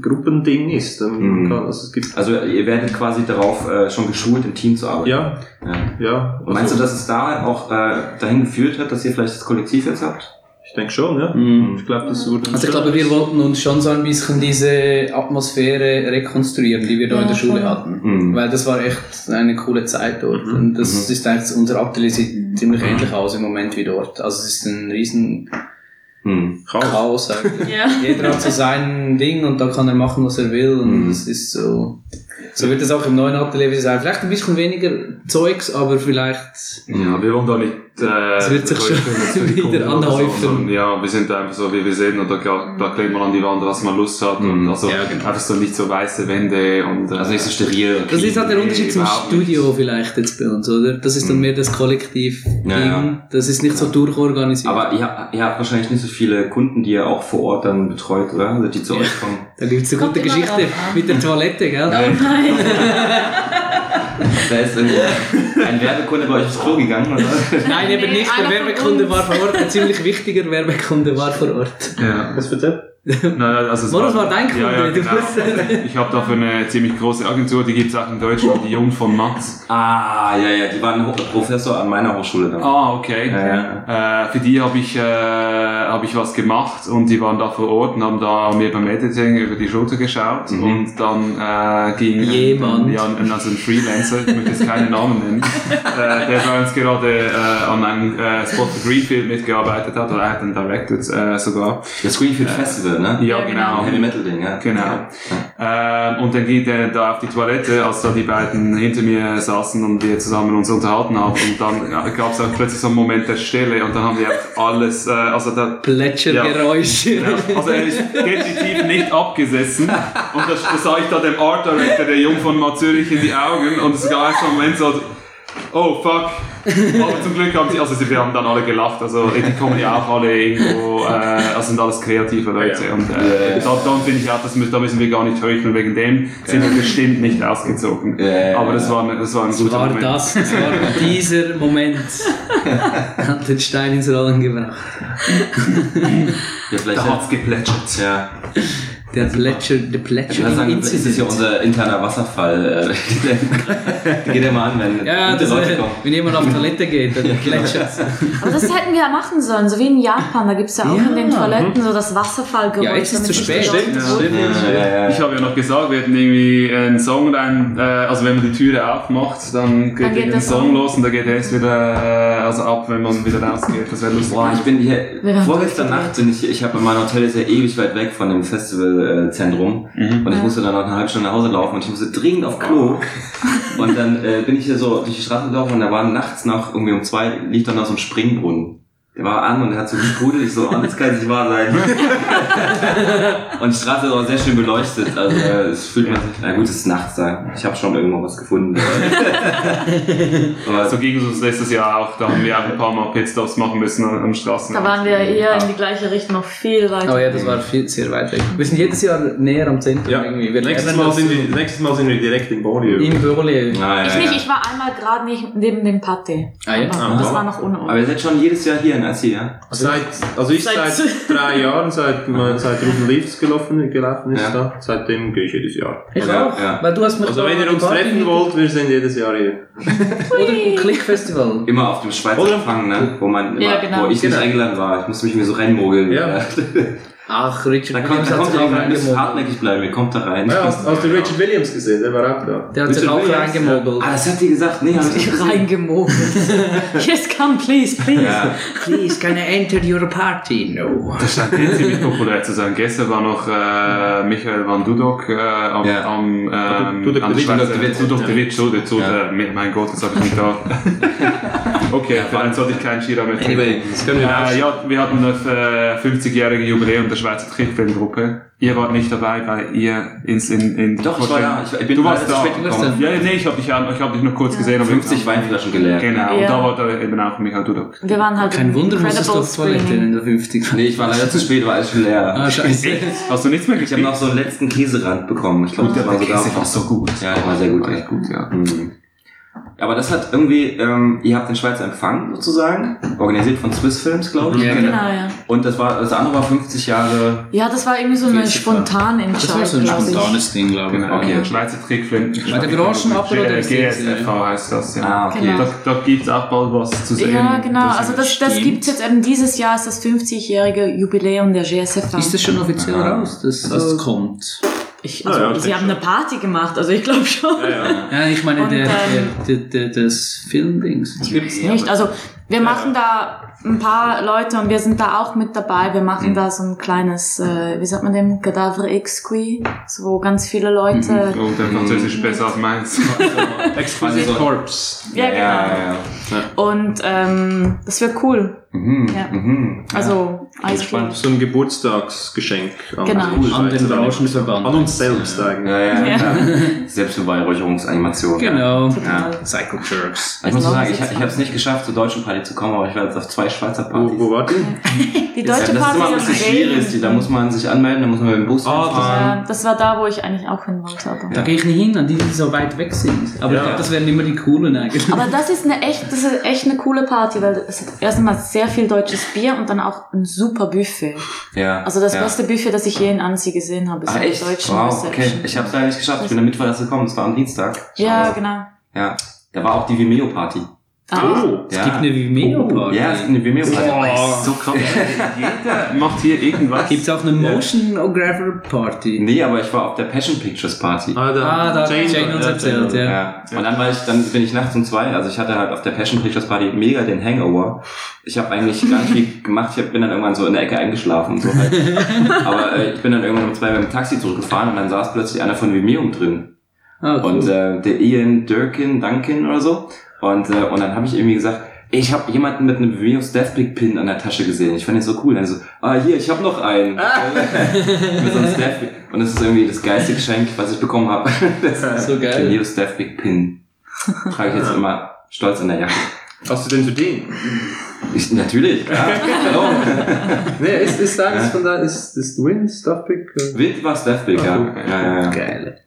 S5: Gruppending ist. dann
S1: Mhm.
S5: Kann, also es gibt,
S1: Also ihr werdet quasi darauf äh, schon geschult, im Team zu arbeiten.
S5: ja,
S1: Ja.
S5: ja. Also
S1: Und meinst du, dass es da auch äh, dahin geführt hat, dass ihr vielleicht das Kollektiv jetzt habt?
S5: Ich denke schon, ja.
S4: Mhm.
S1: Hm.
S5: Ich glaube, das wurde.
S4: Also ich glaube, wir wollten uns schon so ein bisschen diese Atmosphäre rekonstruieren, die wir da
S3: Ja,
S4: in der Schule
S3: voll.
S4: hatten.
S1: Mhm.
S4: Weil das war echt eine coole Zeit dort. Und das ist eigentlich, unser Atelier
S3: Mhm.
S4: sieht ziemlich ähnlich aus im Moment wie dort. Also es ist ein riesen
S1: Mhm.
S5: Chaos.
S4: Chaos eigentlich.
S3: Ja.
S4: Jeder hat so sein Ding und da kann er machen, was er will. Und
S1: Mhm.
S4: das ist so. So wird es auch im neuen Atelier sein. Vielleicht ein bisschen weniger Zeugs, aber vielleicht.
S2: Ja, wir wollen da nicht. Äh,
S4: Es wird sich schon
S2: zurückkommen
S4: wieder
S2: oder so,
S4: anhäufen.
S2: sondern, Ja, wir sind einfach so, wie wir sind, und da, kle- da klebt man an die Wand, was man Lust hat. Und
S1: Mhm.
S2: also
S4: Ja, genau.
S2: einfach so nicht so weiße Wände und. Äh,
S1: Also nicht so steril.
S4: Das ist halt der Unterschied zum
S2: überhaupt nicht.
S4: Studio vielleicht jetzt bei uns, oder? Das ist dann mehr das Kollektiv.
S1: Hm. Ja, ja.
S4: Das ist nicht so durchorganisiert.
S1: Aber ihr, habt- ihr habt wahrscheinlich nicht so viele Kunden, die ihr auch vor Ort dann betreut, oder? Also die zu euch kommen.
S4: da gibt's eine
S3: Kommt
S4: gute
S3: immer
S4: Geschichte
S3: drauf an.
S4: mit der Toilette, gell?
S1: Da ist irgendwie ein Werbekunde bei euch ins Klo gegangen, oder?
S4: Nein, eben
S3: Nee,
S4: nicht. Der
S3: einer von
S4: Werbekunde
S3: uns.
S4: war vor Ort. Ein ziemlich wichtiger Werbekunde war vor Ort.
S2: Ja.
S5: Was für der?
S2: Nein, nein, also es
S4: Moritz war dein Kunde.
S2: Ja, ja,
S4: du
S2: genau.
S4: musst-
S2: Ich habe da für eine ziemlich große Agentur, die gibt es auch in Deutschland, die Jung von Max.
S1: Ah, ja, ja, die waren Ho- Professor an meiner Hochschule dann.
S2: Ah, okay.
S1: Ja, ja.
S2: Äh, für die habe ich, äh, hab ich was gemacht und die waren da vor Ort und haben da mir beim Editing über die Schulter geschaut
S1: Mhm.
S2: und dann äh, ging
S4: Jemand.
S2: ja, ein- also ein Freelancer, ich möchte jetzt keinen Namen nennen, äh, der bei uns gerade äh, an einem äh, Spot for Greenfield mitgearbeitet hat oder er hat einen Directed äh, sogar.
S1: Das Greenfield Festival, ne?
S2: Ja,
S3: Ja, genau.
S2: genau.
S1: Heavy Metal Ding, ja.
S2: Genau. Ähm, und dann geht er da auf die Toilette, als da die beiden hinter mir saßen und wir zusammen uns unterhalten haben. Und dann gab es auch plötzlich so einen Moment der Stille und dann haben wir einfach alles, äh, also da,
S4: Plätschergeräusche.
S2: ja, also er ist definitiv nicht abgesessen. Und das, das sah ich da dem Art Director, der Jung von Matt Zürich, in die Augen und es gab so einen Moment so, oh fuck. Aber zum Glück haben sie, also sie, wir haben dann alle gelacht, also die kommen ja auch alle irgendwo, äh, also sind alles kreative Leute und äh, da, dann finde ich auch, das, mü- da müssen wir gar nicht heucheln, wegen dem sind wir bestimmt nicht ausgezogen.
S1: ja,
S2: Aber
S1: ja.
S2: das war, ein- das war ein
S4: Das
S2: guter
S4: war
S2: Moment.
S4: das. Das war dieser Moment. Hat den Stein ins Rollen gebracht.
S1: Ja, vielleicht
S2: Da hat's geplätschert.
S1: ja.
S4: Der Plätscher, der
S1: Ich würde
S4: Plätscher
S1: sagen, das ist hier
S4: Incident.
S1: unser interner Wasserfall. äh, der Geht ja mal an, wenn
S4: Ja,
S1: gute
S4: das,
S1: Leute
S4: äh,
S1: kommen.
S4: wenn jemand auf die Toilette geht, dann plätschert's.
S3: Aber das hätten wir ja machen sollen, so wie in Japan. Da gibt es ja auch
S4: Ja.
S3: in den Toiletten so das Wasserfallgeräusch.
S4: Ja, jetzt ist
S3: damit
S4: zu
S3: das
S4: spät.
S3: Geräusch
S4: Stimmt,
S3: wird.
S1: Ja, ja,
S2: Ich
S1: ja.
S2: habe ja noch gesagt, wir hätten irgendwie einen Song rein, äh, also wenn man die Türe aufmacht, dann geht,
S3: Dann geht
S2: der
S3: der
S2: Song
S3: Song.
S2: los und dann geht er erst wieder äh, also ab, wenn man wieder rausgeht. Das wäre lustig.
S1: Boah, ich bin hier,
S3: Wir haben
S1: vorgestern
S3: durchgedreht.
S1: Nacht bin ich, ich habe mein Hotel ist ja ewig weit weg von dem Festivalzentrum und ich musste dann noch eine halbe Stunde nach Hause laufen und ich musste dringend auf Klo und dann äh, bin ich hier so durch die Straße gelaufen und da war nachts noch irgendwie um zwei lief dann noch so ein Springbrunnen. Der war an und der hat so gesprudelt, ich so, oh, das kann nicht wahr sein. und die Straße ist auch sehr schön beleuchtet, also äh, es fühlt man sich, na gut, es ist nachts da, ich habe schon irgendwo was gefunden. Aber
S2: so ging es uns letztes Jahr auch, da haben wir auch ein paar Mal Pitstops machen müssen an- am Straßen.
S3: Da waren wir eher in die gleiche Richtung, noch viel weiter.
S4: Ah. Oh ja, das war viel, sehr weit weg. Wir sind jedes Jahr näher am Zentrum
S5: Ja.
S4: irgendwie. Wir
S5: Nächstes
S4: lernen
S5: Mal,
S4: das
S5: sind wir, nächstes Mal sind wir direkt in Borneo.
S4: im Bürli.
S1: na, ja,
S3: Ich
S1: ja.
S3: nicht, ich war einmal gerade nicht neben dem Pate.
S4: Ah ja?
S3: Aber das war noch ohne
S1: Aber
S3: uns.
S1: ihr seid schon jedes Jahr hier in Studien als hier.
S5: Seit, also ich
S3: Seit-
S5: seit, drei Jahren, seit, man- seit Ruben Leaves gelaufen, gelaufen ist,
S1: Ja.
S5: da, seitdem gehe ich jedes Jahr.
S4: Ich
S1: Ja,
S4: auch.
S1: ja.
S4: Weil du hast mich
S5: Also
S4: da
S5: wenn ihr
S4: die
S5: uns
S4: Party
S5: treffen
S4: mit-
S5: wollt, wir sind jedes Jahr hier.
S4: Oder ein Klickfestival.
S1: Immer auf dem Schweizer
S5: Oder-
S1: Empfang, ne? Wo man immer,
S3: Ja, genau.
S1: wo ich
S5: Genau.
S1: nicht eingeladen war. Ich musste mich mir so reinmogeln.
S5: Ja.
S4: Ach, Richard
S1: Da kommt,
S4: Williams
S1: da
S4: hat
S1: kommt
S4: sich
S1: auch
S4: auch
S1: ein bisschen
S4: reingemogelt.
S1: hartnäckig bleiben, ihr kommt da rein.
S5: Ja, hast, hast du Richard Williams gesehen? Der war auch da.
S4: Der hat sich
S1: Richard
S4: auch
S1: Williams,
S4: reingemogelt.
S1: Ah, das hat die gesagt. Nee, hab ich nicht gesagt.
S3: Reingemogelt. yes, come, please, please.
S1: Ja.
S4: Please, can I enter your party? No.
S2: Das scheint jetzt ziemlich populär zu sein. Gestern war noch äh, Michael van Dudok äh, am,
S1: Ja.
S2: am ähm,
S5: Dudok
S2: an der
S5: de Wit.
S2: Schweizer-
S1: Dudok de Wit.
S2: Dudok de Witt, so, der so,
S1: Ja.
S2: der- mein Gott, das habe ich nicht da. okay, vielleicht sollte ich keinen Shira mehr trinken.
S1: Anyway,
S5: Das können wir
S2: Äh, ja, wir hatten das äh, 50-jährige Jubiläum der Schweizer Trickfilmgruppe. Ihr wart nicht dabei, weil ihr ins in, in
S1: Doch, ich war da. Ich, ich bin
S2: Du warst
S1: leider zu
S2: da.
S1: spät gekommen.
S2: Ja, nee, ich habe dich, an- ich hab dich noch kurz gesehen. aber-
S1: 50 Weinflaschen geleert.
S2: Genau,
S3: Ja.
S2: und da war da eben auch Michael Dudok.
S3: Wir waren halt
S4: Kein
S3: im
S4: Wunder, muss es
S3: Incredible
S4: doch Toilette
S3: Screening.
S4: in der 50
S1: Nee, ich war leider zu spät, war alles schon
S4: Ah,
S1: leer.
S4: scheiße.
S2: Hast du nichts mehr
S1: Ich habe
S2: gekriegt?
S1: noch so einen letzten Käserand bekommen. Ich glaube, das war sogar.
S2: war so gut.
S1: Ja, der war sehr gut,
S2: War
S1: ja.
S2: echt gut, ja.
S1: Mhm. Aber das hat irgendwie, ähm, ihr habt den Schweizer Empfang sozusagen, organisiert von Swiss Films, glaube ich.
S4: Ja,
S3: Genau, ja.
S1: Und das war, das andere war 50 Jahre.
S3: Ja, das war irgendwie so eine
S4: 40
S3: spontane
S4: Das war so
S3: Entscheidung,
S4: ein
S3: glaube ich.
S4: spontanes Ding, glaube ich.
S2: Genau.
S1: Okay.
S2: Schweizer Trickfilm.
S4: Bei der großen Opera oder ist die-
S2: GSFV heißt das, ja.
S1: Ah, okay.
S3: Genau.
S2: Da, da gibt's auch bald was zu sehen.
S3: Ja, genau. Also das, das
S4: stimmt.
S3: gibt's jetzt eben dieses Jahr ist das 50-jährige Jubiläum der GSFV.
S4: Ist das Ah, schon offiziell
S1: Ah.
S4: raus, dass das kommt?
S3: Ich, also,
S5: Ja, ja,
S3: sie haben eine Party gemacht, also ich glaube schon.
S5: Ja, ja.
S4: Ja, ich meine,
S3: Und,
S4: der,
S3: ähm,
S4: der, der, der, das Filmdings.
S5: Das gibt's
S3: Nicht? Also wir machen da ein paar Leute und wir sind da auch mit dabei. Wir machen
S1: Mhm.
S3: da so ein kleines, äh, wie sagt man dem, Cadaver Exqui, so, wo ganz viele Leute.
S1: Mhm.
S2: Oh, der Französisch ist besser als meins.
S5: Exquisite
S1: Also-
S5: Corpse.
S3: Ja, genau.
S1: Ja, ja.
S3: Und ähm, das wäre cool.
S1: Mhm,
S3: Ja.
S1: mhm.
S3: Also, alles klar.
S5: So ein Geburtstagsgeschenk an,
S3: Genau.
S5: die Schweizer
S4: An den
S5: Unternehmen.
S4: Branchenverband.
S5: An uns selbst eigentlich.
S1: Ja, ja,
S3: Ja.
S1: ja. Selbstbeweihräucherungsanimation.
S4: Genau.
S1: Ja.
S4: Psycho Jerks.
S1: Ich muss
S3: Als
S1: sagen, ich,
S3: Lausitz-
S1: ich habe es nicht geschafft, zur deutschen Party zu kommen, aber ich war jetzt auf zwei Schweizer Partys.
S5: Wo, wo war die?
S3: Die deutsche
S1: das ist
S3: Party
S1: immer ein
S3: ist
S1: bisschen
S3: in
S1: schwierig. die- Da muss man sich anmelden, da muss man mit dem Bus
S5: Ah, das-
S1: fahren.
S3: Ja, das war da, wo ich eigentlich auch hin wollte. Aber.
S4: Da gehe ich nicht hin, an die, die so weit weg sind. Aber ich
S5: Ja.
S4: glaube, das wären immer die coolen eigentlich.
S3: aber das ist eine echt, das ist echt eine coole Party, weil es hat erstmal sehr viel deutsches Bier und dann auch ein super Buffet.
S1: Ja.
S3: Also das
S1: ja.
S3: beste Buffet, das ich je in Annecy gesehen habe, ist
S1: Ah,
S3: in der
S1: echt?
S3: deutschen
S1: Wow, okay.
S3: österreichischen.
S1: Ich habe es leider nicht geschafft. Ich bin am Mittwoch erst gekommen. Es war am Dienstag.
S3: Ja,
S1: Schau.
S3: genau.
S1: Ja. Da war auch die Vimeo-Party.
S3: Ah.
S5: Oh.
S1: Ja.
S4: Es gibt eine Vimeo-Party.
S1: Ja, es gibt eine Vimeo-Party.
S2: So krass. Jeder macht hier irgendwas.
S4: Gibt es auch eine Motion-Grapher-Party?
S1: Nee, aber ich war auf der Passion Pictures Party.
S5: Ah,
S4: Ah, da hat Jane uns erzählt, ja.
S1: Ja. Und dann war ich, dann bin ich nachts um zwei, also ich hatte halt auf der Passion Pictures Party mega den Hangover. Ich habe eigentlich gar nicht viel gemacht, ich hab, bin dann irgendwann so in der Ecke eingeschlafen und so halt. Aber äh, ich bin dann irgendwann um zwei mit dem Taxi zurückgefahren und dann saß plötzlich einer von Vimeo drin.
S4: Ah, cool.
S1: Und äh, der Ian Durkin, Duncan oder so. Und, äh, und dann habe ich irgendwie gesagt, ey, ich habe jemanden mit einem Venus Deathblick Pin an der Tasche gesehen. Ich fand den so cool. Dann so, ah hier, ich habe noch einen.
S4: Ah.
S1: mit so einem Deathblick. Und das ist irgendwie das geilste Geschenk, was ich bekommen habe. Das
S4: so
S1: der
S4: geil.
S1: Venus Deathblick Pin trage ich jetzt immer stolz an der Jacke.
S5: Hast du denn für den?
S1: Ich, natürlich, klar. Hallo.
S5: Nee, ist, ist das von da, ist, ist Wind, Stuffpick?
S1: Wild war Deathblick, ja. ja, ja, ja.
S4: Geil.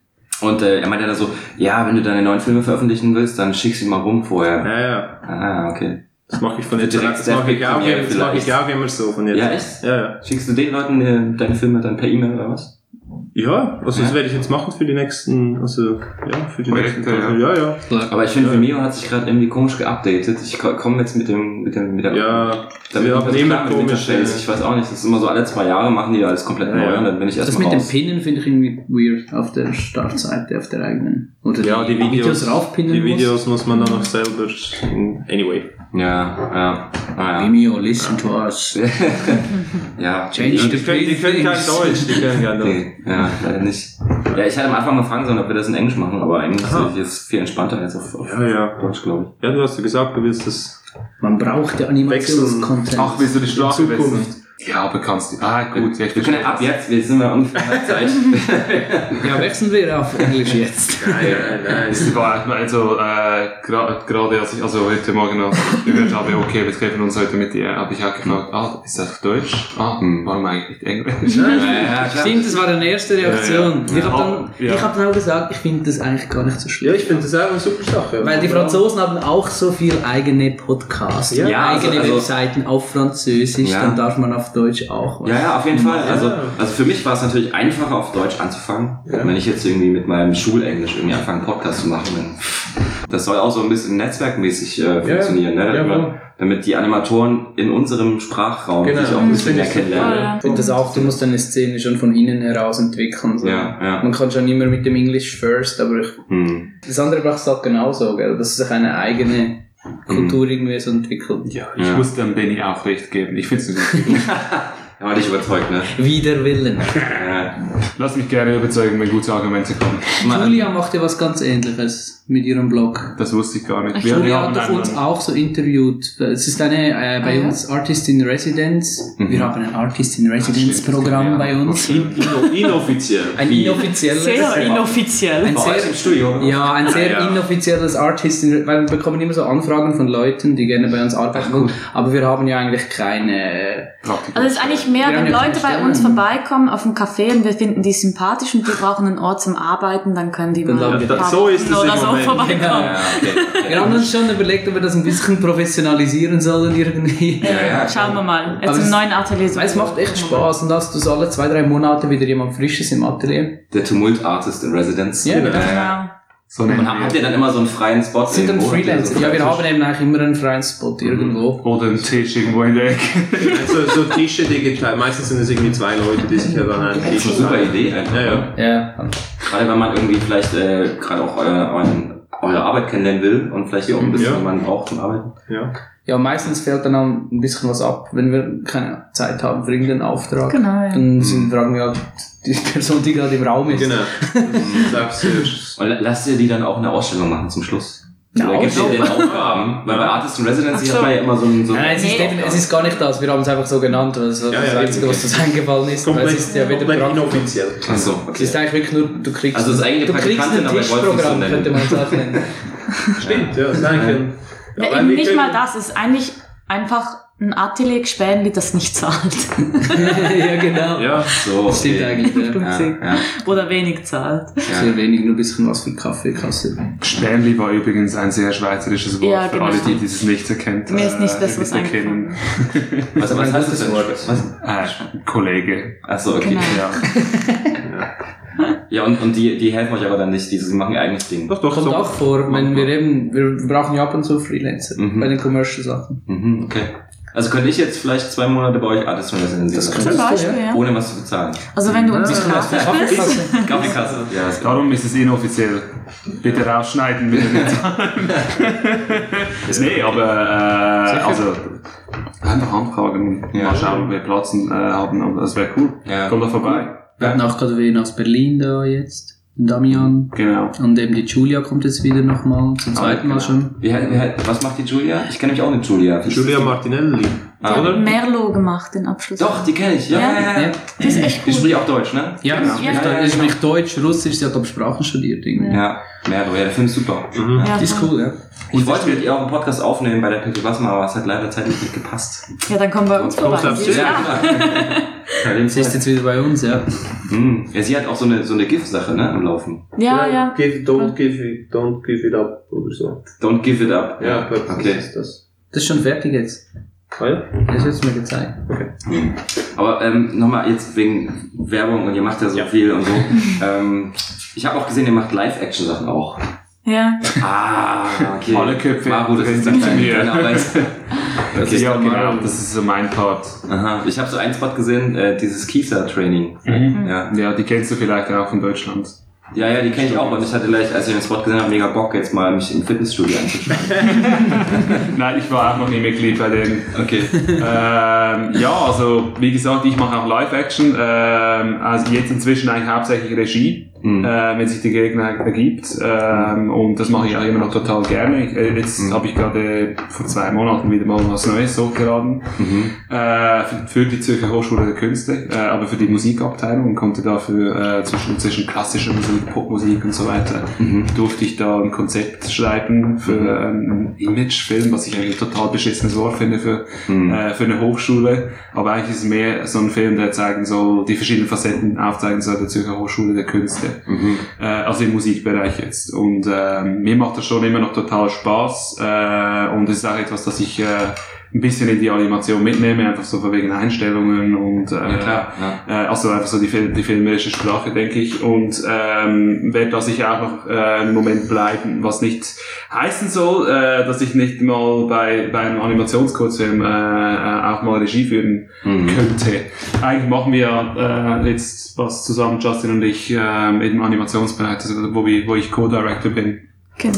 S1: Und äh, er meinte dann so, ja, wenn du deine neuen Filme veröffentlichen willst, dann schick sie mal rum vorher.
S5: Ja, ja.
S1: Ah, okay. Also
S5: Das mache ich von jetzt
S1: Direkt
S5: Das mache ich, auch
S1: Stuffpick-Premiere
S5: immer- das mach ich
S1: vielleicht.
S5: auch immer so von jetzt.
S1: Ja, echt?
S5: Ja, ja.
S1: Schickst du den Leuten äh, deine Filme dann per E-Mail oder was?
S5: Ja, also das
S1: Ja.
S5: werde ich jetzt machen für die nächsten, also ja, für die
S2: Projekte,
S5: nächsten. Ja, ja.
S1: Aber ich finde, Vimeo hat sich gerade irgendwie komisch geupdatet. Ich ko- komme jetzt mit dem, mit dem, mit der,
S5: Ja,
S1: damit
S5: wir
S1: nicht mehr
S5: haben
S1: so klar mit
S5: immer
S1: dem
S5: komische.
S1: Interface. Ich weiß auch nicht, das ist immer so alle zwei Jahre machen die da alles komplett
S5: Ja,
S1: neu
S5: ja.
S1: und dann bin ich
S4: Das
S1: erstmal
S4: mit den
S1: raus.
S4: Pinnen finde ich irgendwie weird auf der Startseite, auf der eigenen. Oder
S5: Ja, die Videos,
S4: raufpinnen
S5: die
S4: muss.
S5: Videos muss man dann noch selber. Anyway.
S1: ja, ja, naja.
S4: Vimeo, listen to us.
S1: Ja,
S4: Change the things.
S5: die können kein
S1: okay. ja, leider nicht. Ja, ich hatte am Anfang mal fragen sollen, ob wir das in Englisch machen, aber eigentlich
S5: Aha.
S1: ist es viel entspannter jetzt auf, auf
S5: Ah, Ja, ja.
S1: Deutsch, glaube
S5: Ja, du hast ja gesagt, du willst das
S4: Man braucht ja Animationscontent.
S2: Ach, willst du die
S5: in
S2: Sprache
S5: Zukunft.
S2: wissen? Ja, aber kannst du. Ah, gut, ja, ich
S1: Wir können
S2: verstehe.
S1: ab jetzt, wir sind ja ungefähr Halbzeit.
S4: Ja, wechseln wir auf Englisch jetzt.
S1: nein, nein.
S2: Es war also äh, gra- gerade als ich also heute Morgen als ich gehört habe, okay, wir treffen uns heute mit dir, habe ich auch gefragt, ah, ist das Deutsch? Ah, hm, warum eigentlich nicht Englisch?
S1: Ja, klar.
S4: Stimmt, das war deine erste Reaktion.
S2: Ja, ja.
S4: Ich habe dann,
S2: Ja.
S4: ich hab dann auch gesagt, ich finde das eigentlich gar nicht so schlimm.
S6: Ja, ich finde das auch eine super Sache.
S4: Weil die Franzosen haben auch so viel eigene Podcasts,
S6: Ja,
S4: ja,
S1: also-
S4: eigene
S1: also-
S4: Webseiten auf Französisch,
S1: Ja.
S4: dann darf man auf Deutsch auch was.
S1: Ja, ja, auf jeden Fall. Also,
S6: Ja.
S1: also für mich war es natürlich einfacher, auf Deutsch anzufangen.
S6: Ja.
S1: Wenn ich jetzt irgendwie mit meinem Schulenglisch irgendwie anfange, einen Podcast zu machen, dann das soll auch so ein bisschen netzwerkmäßig äh, funktionieren, ne? damit,
S6: jawohl.
S1: man, damit die Animatoren in unserem Sprachraum
S6: Genau.
S1: sich auch ein
S6: Mhm.
S1: bisschen
S6: Finde
S1: mehr
S6: ich super.
S1: kennenlernen.
S3: Ja.
S4: Ich finde das auch, du musst deine Szene schon von innen heraus entwickeln. So.
S1: Ja, ja.
S4: Man kann schon immer mit dem English first, aber ich,
S1: Hm.
S4: das andere braucht es halt genauso, gell? dass sich eine eigene Kultur irgendwie so entwickelt.
S2: Ja, ich
S1: Ja.
S2: muss dem Benny auch recht geben. Ich finde es nicht gut.
S1: Aber dich überzeugt, ne?
S4: Wider Willen.
S1: Ja.
S2: Lass mich gerne überzeugen, wenn gute Argumente kommen.
S4: Julia macht ja was ganz ähnliches mit ihrem Blog.
S2: Das wusste ich gar nicht.
S4: Julia hat doch
S2: einen-
S4: uns auch so interviewt. Es ist eine äh, bei
S3: Ah, ja.
S4: uns Artist in Residence. Wir haben ein Artist in Residence
S2: Mhm. Stimmt, das
S4: Programm
S2: geht,
S4: bei
S2: ja.
S4: uns.
S2: Okay.
S5: Inoffiziell.
S4: Ein inoffizielles.
S3: Sehr inoffiziell.
S4: ein
S1: Bei euch im
S4: sehr,
S1: Studio.
S4: ja, ein sehr
S2: Ja.
S4: inoffizielles Artist, in, weil wir bekommen immer so Anfragen von Leuten, die gerne bei uns arbeiten wollen, aber wir haben ja eigentlich keine...
S2: Praktikum.
S3: Also es ist eigentlich mehr,
S4: Wir haben
S3: wenn
S4: ja
S3: Leute bei
S4: keine
S3: uns
S4: Stellen.
S3: vorbeikommen auf dem Café und wir finden die sympathisch und die brauchen einen Ort zum Arbeiten, dann können die
S4: Dann
S3: mal
S4: laden wir-
S3: ein paar
S5: so ist es
S3: Wochen
S5: im
S3: oder so
S5: Moment.
S3: vorbeikommen.
S1: Ja, okay.
S4: Wir haben uns schon überlegt, ob wir genau, das ein bisschen professionalisieren sollen irgendwie.
S1: Ja, ja.
S3: Schauen wir mal.
S4: Aber
S3: Jetzt
S4: es-
S3: im neuen Atelier.
S4: Weil es macht echt Spaß und dass du so alle zwei, drei Monate wieder jemand Frisches im Atelier.
S1: Der Tumult-Artist in Residence.
S4: Ja, genau.
S1: ja.
S3: Ja.
S2: so nennen
S1: Und habt ihr dann immer so einen freien Spot?
S4: Das sind dann
S1: irgendwo?
S2: also
S4: Freelancer. Ja, genau. wir haben eben eigentlich immer einen freien Spot
S2: Mhm.
S4: irgendwo.
S2: Oder einen Tisch irgendwo in der Ecke.
S5: So, Also, so Tische digital. Meistens sind es irgendwie zwei Leute, die sich ja dann einen
S1: Das
S5: Tisch
S1: ist eine super Idee einfach.
S5: Ja, ja.
S4: Ja.
S1: Gerade wenn man irgendwie vielleicht äh, gerade auch euer, euren, eure Arbeit kennenlernen will und vielleicht auch ein bisschen
S5: Ja.
S1: jemanden braucht zum Arbeiten.
S5: Ja.
S4: Ja, meistens fällt dann auch ein bisschen was ab, wenn wir keine Zeit haben für irgendeinen Auftrag.
S3: Genau, ja.
S4: Dann sind, fragen wir halt die Person, die gerade im Raum ist.
S5: Genau. Das ist auch
S1: Und la- lasst ihr die dann auch eine Ausstellung machen zum Schluss?
S4: Eine
S1: Oder gebt ihr denen
S4: Ausstellung?
S1: Aufgaben? Weil bei Artist in Residence
S3: Ach so.
S1: hat man ja immer so ein... So
S4: Nein, nein, es ist,
S3: Nee.
S4: defin- es ist gar nicht das. Wir haben es einfach so genannt. weil Das war
S5: Ja,
S4: das
S5: ja,
S4: Einzige,
S5: eben.
S4: was uns eingefallen ist. Weil
S5: komplett,
S4: es ist ja wieder
S5: komplett
S4: Praktikum.
S5: inoffiziell.
S1: Ach so,
S4: Es
S1: okay.
S4: ist eigentlich wirklich nur, du kriegst,
S1: Also es ist eigentlich
S4: du
S1: eine
S4: kriegst ein
S1: Praktikantin, aber ich wollte es nicht so
S4: Tischprogramm,
S1: nennen.
S4: könnte man es auch nennen.
S5: Stimmt, ja, das ist eigentlich ein.
S3: Ja,
S5: weil
S3: eben
S5: wir
S3: nicht
S5: können-
S3: mal das, es ist eigentlich einfach ein Atelier gespähen, wie das nicht zahlt.
S4: ja, genau.
S5: Ja,
S1: so,
S4: Das stimmt
S1: okay.
S4: eigentlich. Ja.
S1: Ja, ja,
S3: Oder wenig zahlt.
S1: ja.
S4: Sehr wenig, nur ein bisschen was für Kaffeekasse.
S2: Spänli war übrigens ein sehr schweizerisches Wort
S3: Ja,
S2: für
S3: genau.
S2: alle, die dieses nicht erkennt.
S3: Mir ist nichts
S2: äh,
S3: Besseres
S2: nicht erkennen.
S1: Was, was
S4: ein
S1: heißt das
S4: gutes
S1: denn?
S4: Wort.
S1: Was?
S2: Äh, Kollege.
S1: Ach so, okay.
S3: Genau.
S2: Ja.
S1: Ja, und, und die, die helfen euch aber dann nicht. Die sie machen ihr eigenes Ding.
S5: doch, doch,
S4: Kommt
S5: so.
S4: auch vor, wenn wir eben, wir brauchen ja ab und zu Freelancer
S1: Mhm.
S4: bei den Commercial Sachen.
S1: Mhm, okay. Also könnte ich jetzt vielleicht zwei Monate bei euch Artist in Residence machen,
S3: Zum
S4: du,
S3: Beispiel, ja.
S1: ohne was zu bezahlen.
S3: Also wenn du uns
S4: Bist du was für
S3: fragst,
S4: Kaffeekasse?
S1: Kaffeekasse. Ja, ist
S2: Darum ist es inoffiziell. Bitte rausschneiden, bitte nicht zahlen. nee, aber äh, also einfach anfragen,
S1: Ja.
S2: mal schauen, ob wir Platz äh, haben, aber das wäre cool.
S1: Ja.
S2: Komm doch vorbei.
S4: Wir hatten auch gerade wen aus Berlin da jetzt, Damian.
S2: Genau.
S4: Und eben die Julia kommt jetzt wieder nochmal, zum zweiten Mal
S1: genau.
S4: schon.
S1: Wie, he- wie, he- was macht die Julia? Ich kenne mich auch mit Julia.
S5: Julia Martinelli.
S3: die
S1: Ah,
S3: hat Merlo gemacht, den Abschluss.
S1: Doch, die kenne ich. Ja, ja,
S3: Ja.
S1: ja.
S4: Ja,
S1: ja.
S3: Die ist echt
S1: Die
S3: gut.
S1: spricht auch Deutsch, ne?
S4: ja,
S2: Genau.
S4: ich
S3: Ja,
S1: ja,
S4: ja,
S1: ja.
S4: spricht Deutsch, Russisch, sie hat aber Sprachen studiert irgendwie.
S1: Ja, Merlo, ja, der Film ist super. Ja.
S3: Ja,
S4: Die ist
S3: voll.
S4: cool, ja.
S1: Ich wollte mit ihr auch einen Podcast aufnehmen bei der Pippi Basma, aber es hat leider zeitlich nicht gepasst.
S3: Ja, dann kommen wir uns vorbei.
S5: kommst du
S3: Sie ist da.
S1: Ja, dem
S4: Sie ist
S1: Fall.
S4: jetzt wieder bei uns, ja.
S1: Hm. ja, sie hat auch so eine, so eine GIF-Sache ne, am Laufen.
S3: Ja,
S5: Genau.
S3: ja.
S6: Give, don't, give it, don't give it up oder so.
S1: Don't give it up.
S6: Ja, gut,
S1: okay.
S6: das ist das.
S4: Das ist schon fertig jetzt.
S6: Ah, ja?
S4: Das hast du mir gezeigt.
S1: Aber ähm, nochmal jetzt wegen Werbung und ihr macht ja so viel und so. ähm, ich habe auch gesehen, ihr macht Live-Action-Sachen auch.
S3: Ja.
S1: Ah, okay.
S2: Alle Köpfe
S1: Maru, das ist Genau, dann
S2: drehen sich zu mir.
S1: deine Arbeit.
S2: Das ist ja, genau, das ist so mein Part.
S1: Aha. Ich habe so einen Spot gesehen, äh, dieses Kiefer-Training.
S2: Mhm.
S3: Mhm.
S1: Ja.
S2: Ja, die kennst du vielleicht auch von Deutschland.
S1: ja, ja, die kenne ich auch. Und ich hatte gleich, als ich den Spot gesehen habe, mega Bock, jetzt mal mich im Fitnessstudio anzuschauen.
S2: Nein, ich war auch noch nie Mitglied bei denen.
S1: Okay.
S2: ähm, ja, also wie gesagt, ich mache auch Live-Action. Ähm, also jetzt inzwischen eigentlich hauptsächlich Regie.
S1: Mhm.
S2: äh, wenn sich die Gelegenheit ergibt. Ähm, und das mache ich auch immer noch total gerne. Ich, äh, jetzt habe ich gerade vor zwei Monaten wieder mal was Neues hochgeladen.
S1: Mhm.
S2: Äh, für, für die Zürcher Hochschule der Künste, äh, aber für die Musikabteilung und konnte dafür äh, zwischen, zwischen klassischer Musik, Popmusik und so weiter, durfte ich da ein Konzept schreiben für einen Imagefilm, was ich eigentlich ein total beschissenes Wort finde für,
S1: Mhm.
S2: äh, für eine Hochschule. Aber eigentlich ist es mehr so ein Film, der zeigen soll, die verschiedenen Facetten aufzeigen soll der Zürcher Hochschule der Künste
S1: Mhm.
S2: äh, also im Musikbereich jetzt. Und äh, mir macht das schon immer noch total Spaß äh, und es ist auch etwas, das ich äh, ein bisschen in die Animation mitnehme, einfach so von wegen Einstellungen und äh,
S1: Ja, klar. Ja.
S2: äh, also einfach so die, Fil- die filmerische Sprache, denke ich. Und ähm, werde da sicher auch noch äh, einen Moment bleiben, was nicht heißen soll, äh, dass ich nicht mal bei, bei einem Animationskurzfilm äh, äh, auch mal Regie führen
S1: Mhm.
S2: könnte. Eigentlich machen wir äh, jetzt was zusammen, Justin und ich, äh, im Animationsbereich, also wo, wir, wo ich Co-Director bin.
S3: Genau,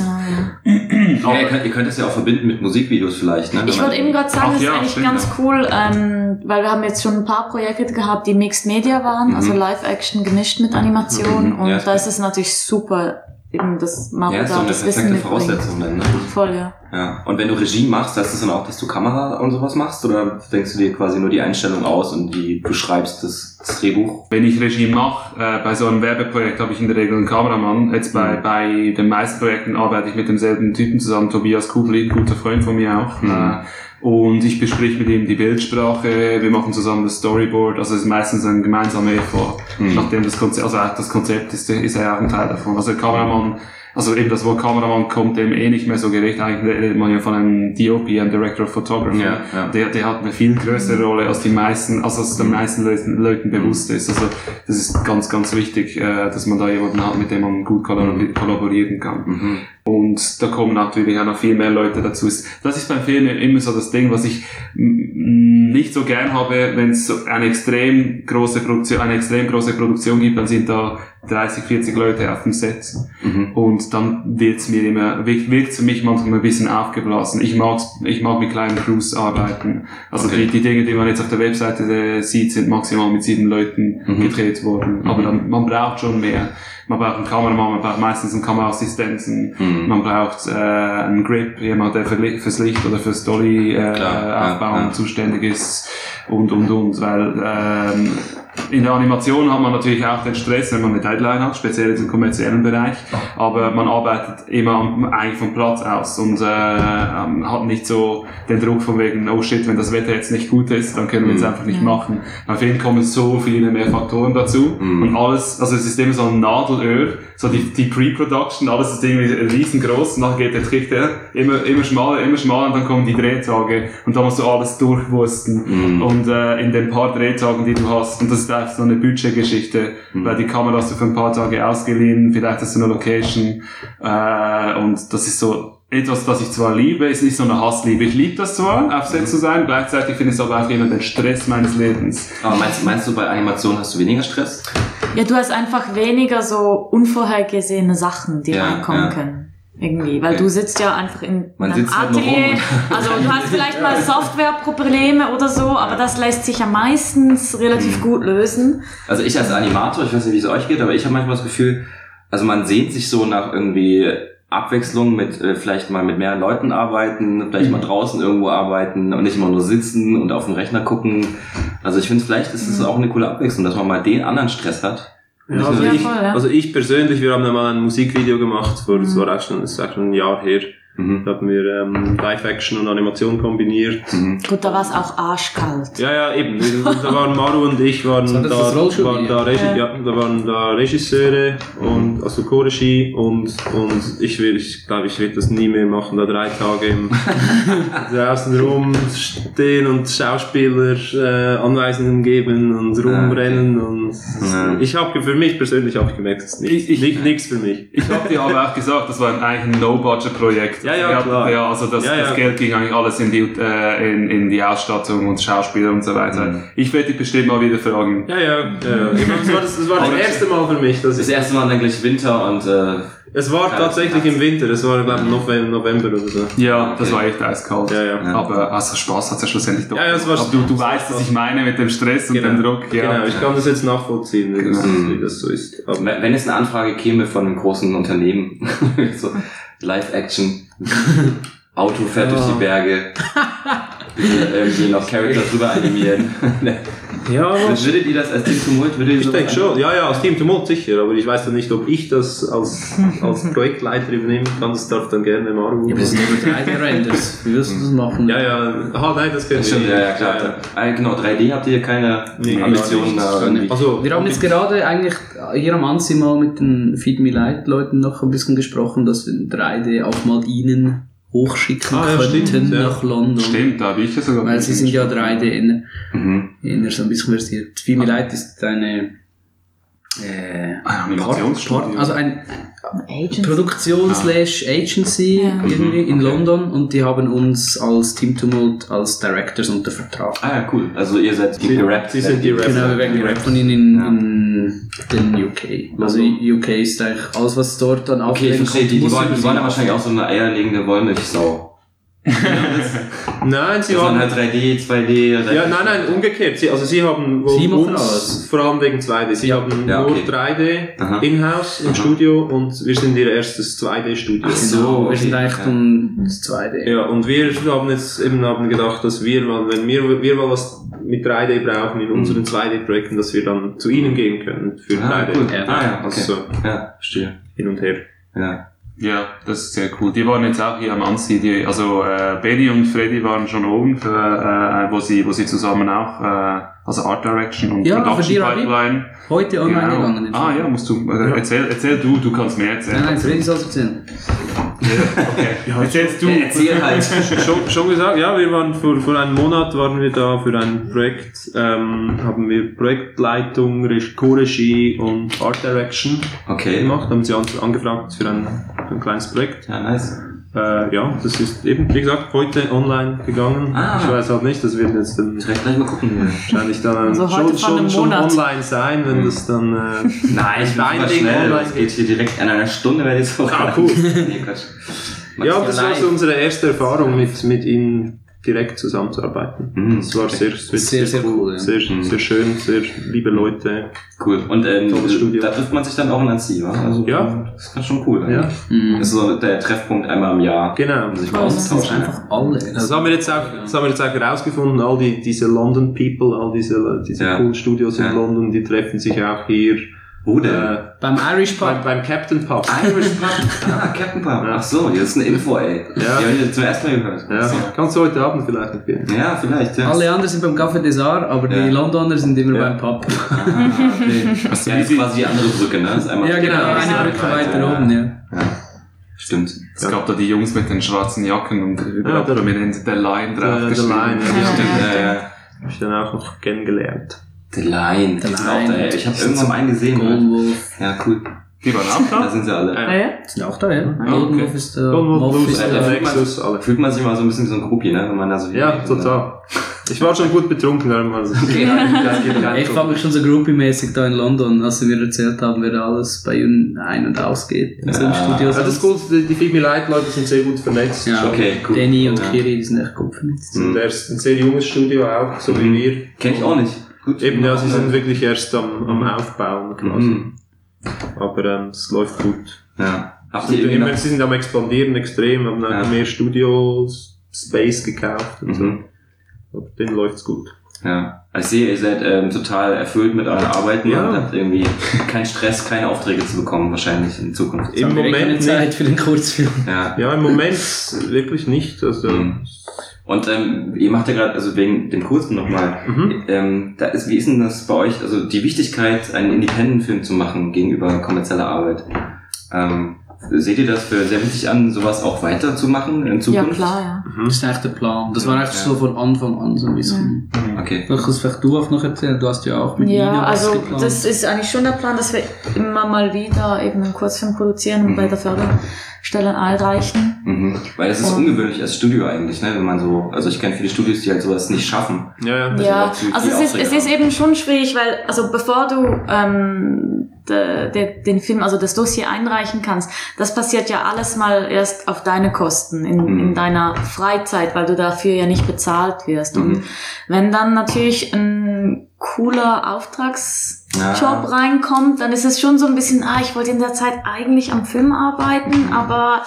S3: ja.
S1: Ja, ihr, könnt, ihr könnt das ja auch verbinden mit Musikvideos vielleicht, ne? Wenn
S3: Ich
S1: man-
S3: wollte eben gerade sagen,
S2: Ach
S3: das
S2: ja,
S3: ist eigentlich
S2: stimmt,
S3: ganz
S2: ja.
S3: cool, ähm, weil wir haben jetzt schon ein paar Projekte gehabt, die Mixed Media waren,
S1: Mhm.
S3: also Live-Action gemischt mit Animation
S1: Mhm,
S3: und
S1: ja.
S3: da ist es natürlich super, eben das Mario
S1: Ja, ist so
S3: da
S1: eine
S3: genau das Wissen
S1: perfekte
S3: mitbringt.
S1: Voraussetzung dann, ne?
S3: Voll, ja.
S1: Ja. Und wenn du Regie machst, heißt das dann auch, dass du Kamera und sowas machst? Oder denkst du dir quasi nur die Einstellung aus und die, du schreibst das, das Drehbuch?
S2: Wenn ich Regie mache, äh, bei so einem Werbeprojekt habe ich in der Regel einen Kameramann. Jetzt bei, bei den meisten Projekten arbeite ich mit demselben Typen zusammen, Tobias Kublin, guter Freund von mir auch.
S1: Mhm.
S2: Äh, und ich besprich mit ihm die Bildsprache, wir machen zusammen das Storyboard, also es ist meistens ein gemeinsamer Effort.
S1: Mhm. Hm.
S2: Nachdem das Konzept, also auch das Konzept ist, ist ja auch ein Teil davon. Also der Kameramann, also eben das Wort Kameramann kommt dem eh nicht mehr so gerecht. Eigentlich redet man ja von einem DOP, einem Director of Photography.
S1: Ja, ja.
S2: Der, der hat eine viel größere Rolle als die meisten, als es den meisten Leuten, Leuten bewusst ist. Also das ist ganz, ganz wichtig, äh, dass man da jemanden hat, mit dem man gut kollabor- kollaborieren kann.
S1: Mhm.
S2: Und da kommen natürlich auch noch viel mehr Leute dazu. Es- Das ist beim Film immer so das Ding, was ich mm, nicht so gern habe, wenn es so eine extrem große Produktion, eine extrem große Produktion gibt, dann sind da 30, 40 Leute auf dem Set.
S1: Mhm.
S2: Und dann wird's mir immer, wirkt wirkt's für mich manchmal ein bisschen aufgeblasen. Ich mag, ich mag mit kleinen Crews arbeiten. Also
S1: Okay.
S2: die, die Dinge, die man jetzt auf der Webseite äh, sieht, sind maximal mit sieben Leuten
S1: Mhm.
S2: gedreht worden. Aber
S1: Mhm.
S2: dann, man braucht schon mehr. Man braucht einen Kameramann, man braucht meistens einen Kameraassistenten,
S1: Mhm.
S2: man braucht äh, einen Grip, jemand, der für, Li- fürs Licht oder für Story äh,
S1: Klar, ja,
S2: aufbauen
S1: ja.
S2: zuständig ist und und und. Weil ähm, in der Animation hat man natürlich auch den Stress, wenn man eine Deadline hat, speziell jetzt im kommerziellen Bereich, aber man arbeitet immer am- eigentlich vom Platz aus und äh, ähm, hat nicht so den Druck von wegen, oh shit, wenn das Wetter jetzt nicht gut ist, dann können wir es
S1: Mhm.
S2: einfach nicht
S3: Ja.
S2: machen. Beim Film kommen so viele mehr Faktoren dazu
S1: Mhm.
S2: und alles, also es ist immer so ein Nadelöhr, so die, die Pre-Production, alles ist irgendwie riesengroß, nachher geht der Trick der immer, immer schmaler, immer schmaler und dann kommen die Drehtage und da musst du alles durchwursten
S1: Mhm.
S2: und äh, in den paar Drehtagen, die du hast, und das ist einfach so eine Budgetgeschichte,
S1: Mhm.
S2: weil die Kamera hast du für ein paar Tage ausgeliehen, vielleicht hast du eine Location äh, und das ist so etwas, das ich zwar liebe, ist nicht so eine Hassliebe. Ich liebe das zwar, auf
S1: Mhm.
S2: Set zu sein, gleichzeitig finde ich es aber auch immer den Stress meines Lebens.
S1: Aber meinst, meinst du, bei Animation hast du weniger Stress?
S3: Ja, du hast einfach weniger so unvorhergesehene Sachen, die
S1: Ja,
S3: reinkommen
S1: ja.
S3: können. Irgendwie, weil
S1: Okay.
S3: du sitzt ja einfach in
S1: Man
S3: einem
S1: sitzt halt nur
S3: Atelier.
S1: rum.
S3: also du hast vielleicht mal Softwareprobleme oder so, aber das lässt sich ja meistens
S1: Mhm.
S3: relativ gut lösen.
S1: Also ich als Animator, ich weiß nicht, wie es euch geht, aber ich habe manchmal das Gefühl, also man sehnt sich so nach irgendwie Abwechslung mit äh, vielleicht mal mit mehr Leuten arbeiten, vielleicht mal draußen irgendwo arbeiten und nicht immer nur sitzen und auf den Rechner gucken. Also ich finde, vielleicht ist es auch eine coole Abwechslung, dass man mal den anderen Stress hat.
S6: Ja,
S5: also,
S3: ja,
S5: ich,
S3: voll, ja.
S5: also ich persönlich, wir haben da mal ein Musikvideo gemacht, vor, das war auch schon, das ist auch schon ein Jahr her.
S1: Mhm.
S5: Da haben wir ähm, Live-Action und Animation kombiniert.
S1: Mhm.
S3: Gut, da war es auch arschkalt.
S5: Ja, ja, eben. Da waren Maru und ich waren
S4: So, das ist das
S5: da,
S4: Rollstuhlvideo.
S5: waren da, Regi
S3: Ja.
S5: ja. da waren da Regisseure und also Co-Regie und und ich will, ich glaube, ich werde das nie mehr machen, da drei Tage im draußen rumstehen und Schauspieler äh, Anweisungen geben und rumrennen und
S1: Ja.
S5: ich habe für mich persönlich habe ich gemerkt, es ist nichts,
S2: Ich- ich-
S5: Nicht- nichts für mich.
S2: Ich habe dir aber auch gesagt, das war eigentlich ein No-Budget-Projekt.
S5: Ja, ja,
S2: wir hatten-
S5: klar.
S2: ja, also das,
S5: Ja, ja.
S2: das Geld ging eigentlich alles in die, äh, in, in die Ausstattung und Schauspieler und so weiter.
S1: Mhm.
S2: Ich werde dich bestimmt mal wieder fragen.
S5: Ja, ja, ja. ja. Ich meine, das war das, das, war das
S1: Aber-
S5: erste Mal für mich, dass
S1: Das
S5: ich
S1: erste Mal dann gleich Winter und äh,
S5: Es war
S1: Ja,
S5: tatsächlich
S1: ja.
S5: im Winter, es war glaube ich November, November oder so.
S2: Ja, das war echt eiskalt.
S5: Ja, ja.
S2: Aber also Spaß hat es ja schlussendlich doch.
S5: Ja, ja, das war-
S2: Aber du, du weißt, was ich meine mit dem Stress und dem Druck. Ja.
S5: Genau, ich kann das jetzt nachvollziehen, wie das,
S1: Genau.
S5: wie das so ist. Aber
S1: Wenn wenn es eine Anfrage käme von einem großen Unternehmen, so Live-Action, Auto fährt
S5: Oh.
S1: durch die Berge, bitte irgendwie noch Charakter drüber animieren.
S5: ja,
S1: Würdet ihr das als Team Tumult? Würdet ihr
S5: ich
S1: sowas
S5: denke
S1: anbieten?
S5: schon. Ja, ja, als Team Tumult sicher, aber ich weiß dann nicht, ob ich das als, als Projektleiter übernehmen kann. Das darf dann gerne Maru.
S4: Ja, aber das sind nur 3D-Renders. Wie willst du das machen?
S5: Ja, ja, ah, nein, das können
S1: Ja, Stimmt,
S5: wir.
S1: ja, ja, klar. klar. Ah, genau, 3D habt ihr keine
S5: Nee, genau,
S1: Ambitionen
S5: gar
S1: da irgendwie.
S5: Also,
S4: Wir haben jetzt gerade eigentlich hier am Anzi mal mit den Feed Me Light Leuten noch ein bisschen gesprochen, dass wir in 3D auch mal ihnen hochschicken
S5: Ah, ja,
S4: könnten
S5: stimmt, ja.
S4: nach London.
S2: Stimmt, da habe ich ja sogar.
S4: Weil sie sind ja 3D-Inner
S1: Mhm. Ah.
S4: inner so ein bisschen versiert. Feed Me Light ist eine äh,
S2: Ein
S4: Part-
S2: Animationsstudio.
S4: also ein
S3: Agent.
S4: Produktion slash Agency
S3: Ja.
S4: irgendwie
S1: Ah.
S4: in
S1: Mhm, okay.
S4: London und die haben uns als Team Tumult als Directors unter Vertrag.
S1: Ah ja, cool. Also ihr seid die gerappt.
S5: Sie sind die Rapper.
S4: Genau, wir werden gerappt von ihnen in, in den UK. Also
S5: London.
S4: UK ist eigentlich alles, was dort dann
S1: Okay, ich
S4: aufgelegt
S1: verstehe,
S4: kommt,
S1: die, die
S4: muss
S1: wollen,
S4: über
S1: die
S4: sie
S1: wollen ja
S4: laufen.
S1: wahrscheinlich auch so eine eierlegende Wollmilchsau.
S5: Nein, sie
S1: Das halt- waren
S5: haben.
S1: halt 3D, 2D. oder-
S5: Ja, nein, nein, umgekehrt. Sie, also sie haben
S4: Sie machen
S5: uns,
S4: alles.
S5: vor allem wegen 2D, sie haben
S1: Ja,
S5: nur
S1: okay.
S5: 3D
S1: Aha.
S5: in-house im
S1: Aha.
S5: Studio und wir sind ihr erstes 2D-Studio.
S1: Ach so.
S4: Genau,
S1: okay,
S4: wir sind eigentlich
S1: ja.
S4: dann das 2D.
S5: Ja, und wir haben jetzt eben haben gedacht, dass wir, mal, wenn wir, wir mal was mit 3D brauchen in unseren 2D-Projekten, dass wir dann zu ihnen gehen können für
S1: Ah,
S5: 3D.
S1: cool.
S4: Ja.
S1: Ah ja, okay.
S5: Also so
S1: Ja, verstehe.
S5: hin und her.
S1: Ja.
S2: Ja, das ist sehr cool. Die waren jetzt auch hier am Anzi. Die, also äh, Benny und Freddy waren schon oben, für, äh, wo, sie, wo sie zusammen auch, äh, also Art Direction und
S4: Ja, für
S2: Production
S4: die Oh Rabi.
S2: Pipeline.
S4: Heute online
S1: Genau.
S4: gegangen. jetzt.
S2: Ah ja, musst du. Äh, erzähl, erzähl du, du kannst mehr
S4: Nein,
S2: erzählen.
S4: nein, Freddy soll es erzählen.
S2: Okay. Erzählst du.
S1: Ja, Erzähl halt.
S5: schon, schon gesagt, ja, wir waren vor, vor einem Monat waren wir da für ein Projekt, ähm, haben wir Projektleitung, Re- Co-Regie und Art Direction
S1: Okay.
S5: gemacht, haben sie an, angefragt für ein, für ein kleines Projekt.
S1: Ja, nice.
S5: Äh, ja, das ist eben, wie gesagt, heute online gegangen.
S1: Ah.
S5: Ich weiß halt nicht, das wird jetzt dann
S1: Direkt gleich mal gucken.
S5: wahrscheinlich dann
S3: Also heute
S5: schon,
S3: vor einem
S5: schon, schon
S3: Monat.
S5: online sein, wenn das dann... Äh,
S1: Nein, ich bin
S5: Nein,
S1: super
S5: Ding,
S1: schnell.
S5: online
S1: Das geht hier direkt an einer Stunde, werde ich so
S5: Ah, cool.
S1: Nee, Quatsch.
S5: ja, das war
S1: live.
S5: so unsere erste Erfahrung, mit, mit ihnen direkt zusammenzuarbeiten.
S1: Mhm.
S5: Das war sehr, sehr,
S4: Sehr, sehr cool, ja.
S5: Sehr,
S1: Mhm.
S5: sehr schön, sehr liebe Leute.
S1: Cool. Und
S5: Tolles
S1: ähm,
S5: Studio.
S1: da trifft man sich dann auch in Annecy, wa? Also,
S5: Ja.
S1: Das ist ganz schon cool.
S5: Ja.
S4: Mhm.
S1: Das ist so der Treffpunkt einmal im Jahr,
S5: Genau.
S1: um sich mal
S3: Voll, das ist
S1: auszutauschen.
S4: Einfach alle.
S5: Das haben wir jetzt auch, das haben wir jetzt auch herausgefunden, all die, diese London People, all diese, diese
S1: Ja.
S5: coolen Studios in
S1: Ja.
S5: London, die treffen sich auch hier,
S1: Wo denn?
S5: äh,
S4: Beim Irish
S5: beim,
S4: Pub.
S5: beim Captain Pub.
S1: Irish Pub. Ah, Captain Pub. Ach so, jetzt ist eine Info, ey.
S5: Ja.
S1: Die habe ich zum ersten Mal gehört.
S5: Ja. Kannst du heute Abend vielleicht noch gehen?
S1: Ja, vielleicht, ja.
S4: Alle anderen sind beim Café des Arts, aber
S1: Ja.
S4: die Londoner sind immer
S5: Ja.
S4: beim Pub.
S1: Ah, okay. Ja, das ist quasi die andere Brücke, ne? Das ist einmal
S4: Ja, genau, eine Brücke weiter oben, ja.
S1: Ja. Stimmt.
S2: Es gab da die Jungs mit den schwarzen Jacken und überall
S5: der-
S2: prominent der Line
S5: Der,
S2: drauf
S5: der Line, ja,
S3: Ja.
S1: Stimmt, äh, ja, ja.
S5: hab ich dann auch noch kennengelernt.
S1: The Line.
S4: The
S1: Das ist
S4: Line.
S1: auch da, ey. Ich habe irgendwann mal einen gesehen. ne?
S4: Goldwolf.
S1: Ja, cool.
S2: Die waren auch
S1: Da
S2: da.
S1: sind sie alle.
S3: Ah, ja?
S4: Sind auch da, ja.
S2: okay.
S4: Goldenwolf ist da.
S5: Donald
S4: Moth
S5: Blues,
S4: ist da.
S1: ja.
S5: Nexus, alle.
S1: Da fühlt man sich mal so ein bisschen wie so ein Gruppi, ne? Wenn man da so
S5: Ja, total. Ich war schon gut betrunken, darum war es.
S1: Das geht gar
S4: Ich
S1: nicht.
S4: fand mich schon so groupie-mäßig da in London, als sie mir erzählt haben, wer alles bei ihnen ein- und ausgeht. In so einem
S1: Ja.
S4: Studio.
S5: Ja, das ist cool, die, die Feed Me Light Leute sind sehr gut vernetzt.
S4: Ja.
S1: Okay, cool.
S4: Danny und
S1: Ja.
S4: Kiri die sind echt gut vernetzt.
S5: Und er ist ein sehr junges Studio auch, so wie wir.
S1: Mhm. Kenn ich auch nicht. Gut.
S5: Eben, ja, sie sind wirklich erst am, am Aufbauen quasi.
S1: Genau. Mhm.
S5: Aber ähm, es läuft gut.
S1: Ja. Habt
S5: Sie
S1: ihr
S5: sind,
S1: irgendwie
S5: immer,
S1: noch...
S5: sie sind am expandieren extrem, haben auch
S1: Ja.
S5: mehr Studios, Space gekauft und
S1: Mhm.
S5: so. Aber denen läuft's gut.
S1: Ja. Ich sehe, ihr seid ähm, total erfüllt mit euren Arbeiten
S5: Ja.
S1: und habt irgendwie keinen Stress, keine Aufträge zu bekommen, wahrscheinlich in Zukunft.
S5: Im
S4: Haben wir keine
S5: Moment
S4: Zeit
S5: nicht.
S4: für den Kurzfilm.
S1: Ja.
S5: Ja, im Moment wirklich nicht. Also,
S1: Mhm. Und ähm, ihr macht ja gerade, also wegen dem Kurzen nochmal,
S5: Mhm.
S1: ähm, da ist, wie ist denn das bei euch, also die Wichtigkeit, einen Independent-Film zu machen gegenüber kommerzieller Arbeit? Ähm, seht ihr das für sehr wichtig an, sowas auch weiterzumachen in
S3: Ja,
S1: Zukunft?
S3: klar, ja.
S4: Das ist echt der Plan. Das war eigentlich
S1: Ja.
S4: so von Anfang an so ein bisschen.
S1: Okay.
S4: Vielleicht kannst vielleicht du auch noch erzählen, du hast ja auch mit
S3: Ja,
S4: Nina was
S3: also
S4: geplant.
S3: das ist eigentlich schon der Plan, dass wir immer mal wieder eben einen Kurzfilm produzieren und bei der Förderstelle einreichen.
S1: Mhm. Weil das ist
S3: Ja.
S1: ungewöhnlich als Studio eigentlich, ne? Wenn man so, also ich kenne viele Studios, die halt sowas nicht schaffen.
S5: Ja, ja.
S1: Das ist
S3: ja,
S1: aber zu-
S3: also
S1: viel
S3: es ist, es
S1: Aufträge
S3: ist
S1: haben.
S3: eben schon schwierig, weil also bevor du ähm, äh, der, den Film, also das Dossier einreichen kannst, das passiert ja alles mal erst auf deine Kosten, in,
S1: Mhm.
S3: in deiner Freizeit, weil du dafür ja nicht bezahlt wirst. Und
S1: Mhm.
S3: wenn dann natürlich ein cooler Auftragsjob
S1: Ja.
S3: reinkommt, dann ist es schon so ein bisschen, ah, ich wollte in der Zeit eigentlich am Film
S1: Mhm.
S3: arbeiten, aber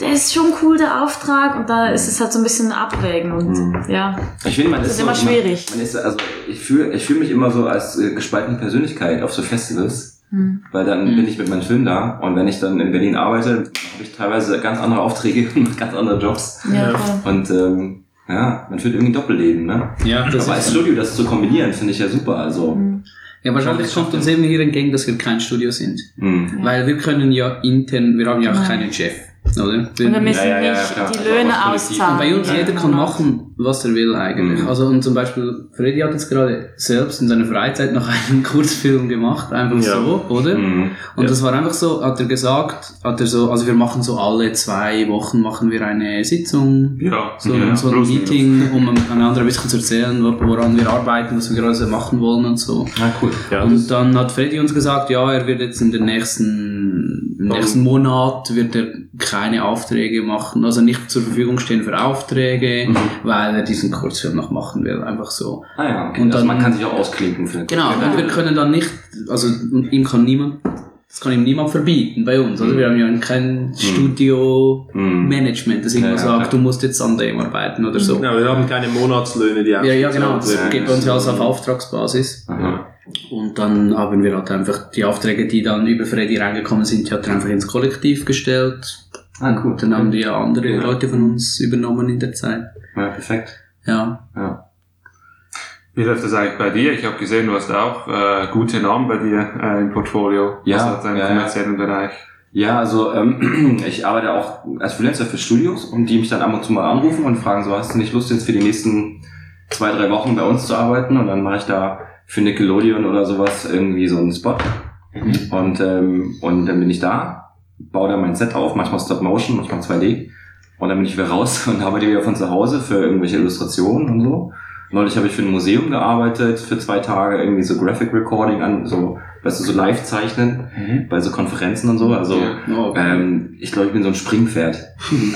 S3: der ist schon cool, der Auftrag, und da ist es halt so ein bisschen ein Abwägen und
S1: Mhm.
S3: ja.
S1: Ich finde, man
S3: Das
S1: ist,
S3: ist immer
S1: so,
S3: schwierig.
S1: Man, man ist, also ich fühle ich fühl mich immer so als äh, gespaltene Persönlichkeit auf so Festivals.
S3: Hm.
S1: Weil dann
S3: Mhm.
S1: bin ich mit meinem Film da und wenn ich dann in Berlin arbeite, habe ich teilweise ganz andere Aufträge und mache ganz andere Jobs.
S3: Ja,
S4: Ja.
S3: voll.
S1: Und ähm, ja, man führt irgendwie ein Doppelleben, ne?
S4: Ja, das
S1: Aber als
S4: ist,
S1: Studio das zu kombinieren, finde ich ja super. Also,
S3: Hm.
S4: ja, wahrscheinlich kommt uns eben hier entgegen, dass wir kein Studio sind.
S1: mhm.
S3: Ja.
S4: Weil wir können ja intern, wir haben ja auch
S3: Nein.
S4: keinen Chef. Oder? Wir,
S3: Und wir müssen
S1: ja, ja,
S3: nicht
S1: klar. Also
S3: die
S1: Das
S3: Löhne
S1: war was
S3: auszahlen.
S4: und bei uns
S3: Ja,
S4: jeder kann
S3: genau.
S4: machen, was er will eigentlich.
S1: Mhm.
S4: Also und zum Beispiel, Freddy hat jetzt gerade selbst in seiner Freizeit noch einen Kurzfilm gemacht, einfach
S6: Ja.
S4: so, oder?
S1: Mhm.
S4: Und das war einfach so, hat er gesagt, hat er so, also wir machen so alle zwei Wochen machen wir eine Sitzung,
S2: Ja,
S4: so,
S2: ja,
S4: so ein
S2: plus minus.
S4: Meeting, um einander ein bisschen zu erzählen, wo- woran wir arbeiten, was wir gerade so machen wollen und so.
S1: Na cool.
S6: Ja, das
S4: Und dann hat Freddy uns gesagt, ja, er wird jetzt in den nächsten, im
S6: Dann-
S4: nächsten Monat wird er keine Aufträge machen, also nicht zur Verfügung stehen für Aufträge, weil er diesen Kurzfilm noch machen will, einfach so.
S1: Ah ja, okay.
S4: Und
S1: also
S4: dann-
S1: man kann sich auch ausklinken. Für eine
S4: Genau, und wir können dann nicht, also ihm kann niemand, das kann ihm niemand verbieten bei uns, also wir haben ja kein Studio.
S1: Mhm.
S4: Management, das irgendwo
S1: Ja, ja,
S4: sagt,
S1: klar.
S4: du musst jetzt an dem arbeiten oder so.
S6: Ja, wir haben keine Monatslöhne, die
S4: Ja, ja, genau, das
S1: Ja,
S4: geht
S1: ja.
S4: bei uns ja alles auf Auftragsbasis.
S1: Aha.
S4: Und dann haben wir halt einfach die Aufträge, die dann über Freddy reingekommen sind, die hat er einfach ins Kollektiv gestellt.
S1: Ah, cool.
S4: Dann haben die ja andere
S1: Ja.
S4: Leute von uns übernommen in der Zeit.
S1: Ja, perfekt.
S4: Ja.
S1: Ja.
S2: Wie läuft das eigentlich bei dir? Ich habe gesehen, du hast auch äh, gute Namen bei dir äh, im Portfolio.
S1: Ja,
S2: Also deinen
S1: ja, ja.
S2: kommerziellen Bereich.
S1: Ja, also ähm, ich arbeite auch als Freelancer für Studios und die mich dann ab und zu mal anrufen und fragen so, hast du nicht Lust jetzt für die nächsten zwei, drei Wochen bei uns zu arbeiten? Und dann mache ich da für Nickelodeon oder sowas irgendwie so einen Spot. Und, ähm, und dann bin ich da, baue da mein Set auf, manchmal Stop Motion, manchmal 2D. Und dann bin ich wieder raus und arbeite wieder von zu Hause für irgendwelche Illustrationen und so. Neulich habe ich für ein Museum gearbeitet, für zwei Tage irgendwie so Graphic Recording an, so, weißt du, so live zeichnen, bei so Konferenzen und so. Also,
S2: Ja.
S4: Oh,
S1: ähm, ich glaube, ich bin so ein Springpferd.